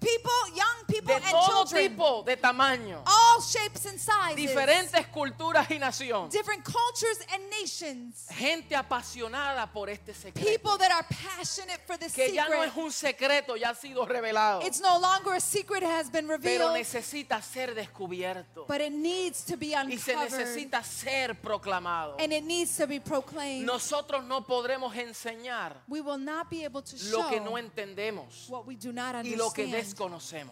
S2: people, young people
S1: de
S2: and
S1: todo
S2: children,
S1: tipo de tamaño,
S2: all shapes and sizes.
S1: diferentes culturas y naciones.
S2: different cultures and nations.
S1: Gente apasionada por este secreto,
S2: People that are passionate for this
S1: que ya no
S2: secret.
S1: es un secreto, ya ha sido revelado,
S2: It's no longer a secret, it has been
S1: pero
S2: revealed,
S1: necesita ser descubierto
S2: but it needs to be
S1: y se
S2: uncovered
S1: necesita ser proclamado.
S2: and it needs to be proclaimed.
S1: Nosotros no podremos enseñar
S2: We will not be able to
S1: lo que no
S2: show
S1: entendemos
S2: what we do not
S1: y lo que desconocemos.
S2: understand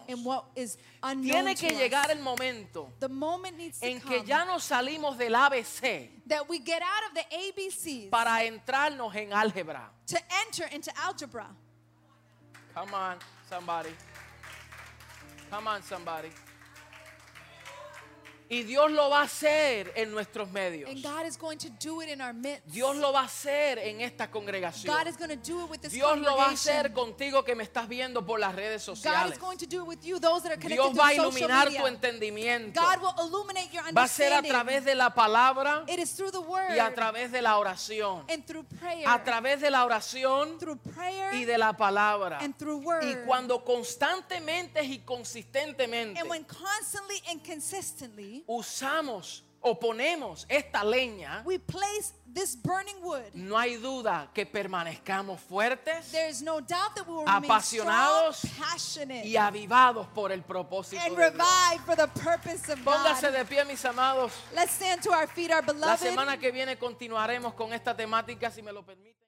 S2: and what is unknown
S1: Tiene que
S2: to
S1: llegar
S2: us.
S1: el momento
S2: The moment needs to
S1: en que
S2: come
S1: ya no salimos del ABC
S2: that we get out of the ABCs
S1: para entrarnos en álgebra.
S2: to enter into algebra.
S1: Come on, somebody. Come on, somebody. Y Dios lo va a hacer en nuestros medios.
S2: And God is going to do it in our midst.
S1: Dios lo va a hacer en esta congregación.
S2: God is going to do it with this
S1: Dios lo va a
S2: congregation.
S1: hacer contigo que me estás viendo por las redes
S2: God
S1: sociales.
S2: is going to do it with you, those that are connected
S1: Dios va a
S2: to social
S1: iluminar tu
S2: media.
S1: entendimiento.
S2: God will illuminate your
S1: Va a ser a
S2: understanding.
S1: través de la palabra
S2: it is through the word
S1: y a través de la oración.
S2: and through prayer.
S1: A través de la oración
S2: through prayer
S1: y de la palabra.
S2: and through word.
S1: Y cuando constantemente y consistentemente
S2: and when constantly and consistently
S1: usamos o ponemos esta leña,
S2: we place this burning wood,
S1: no hay duda que permanezcamos fuertes
S2: there is no doubt that we will remain strong,
S1: Apasionados
S2: passionate,
S1: y avivados por el propósito
S2: and
S1: de Dios.
S2: revived for the purpose of
S1: Póngase
S2: God.
S1: de pie, mis amados.
S2: Let's stand to our feet, our
S1: La
S2: beloved.
S1: semana que viene continuaremos con esta temática, si me lo permite.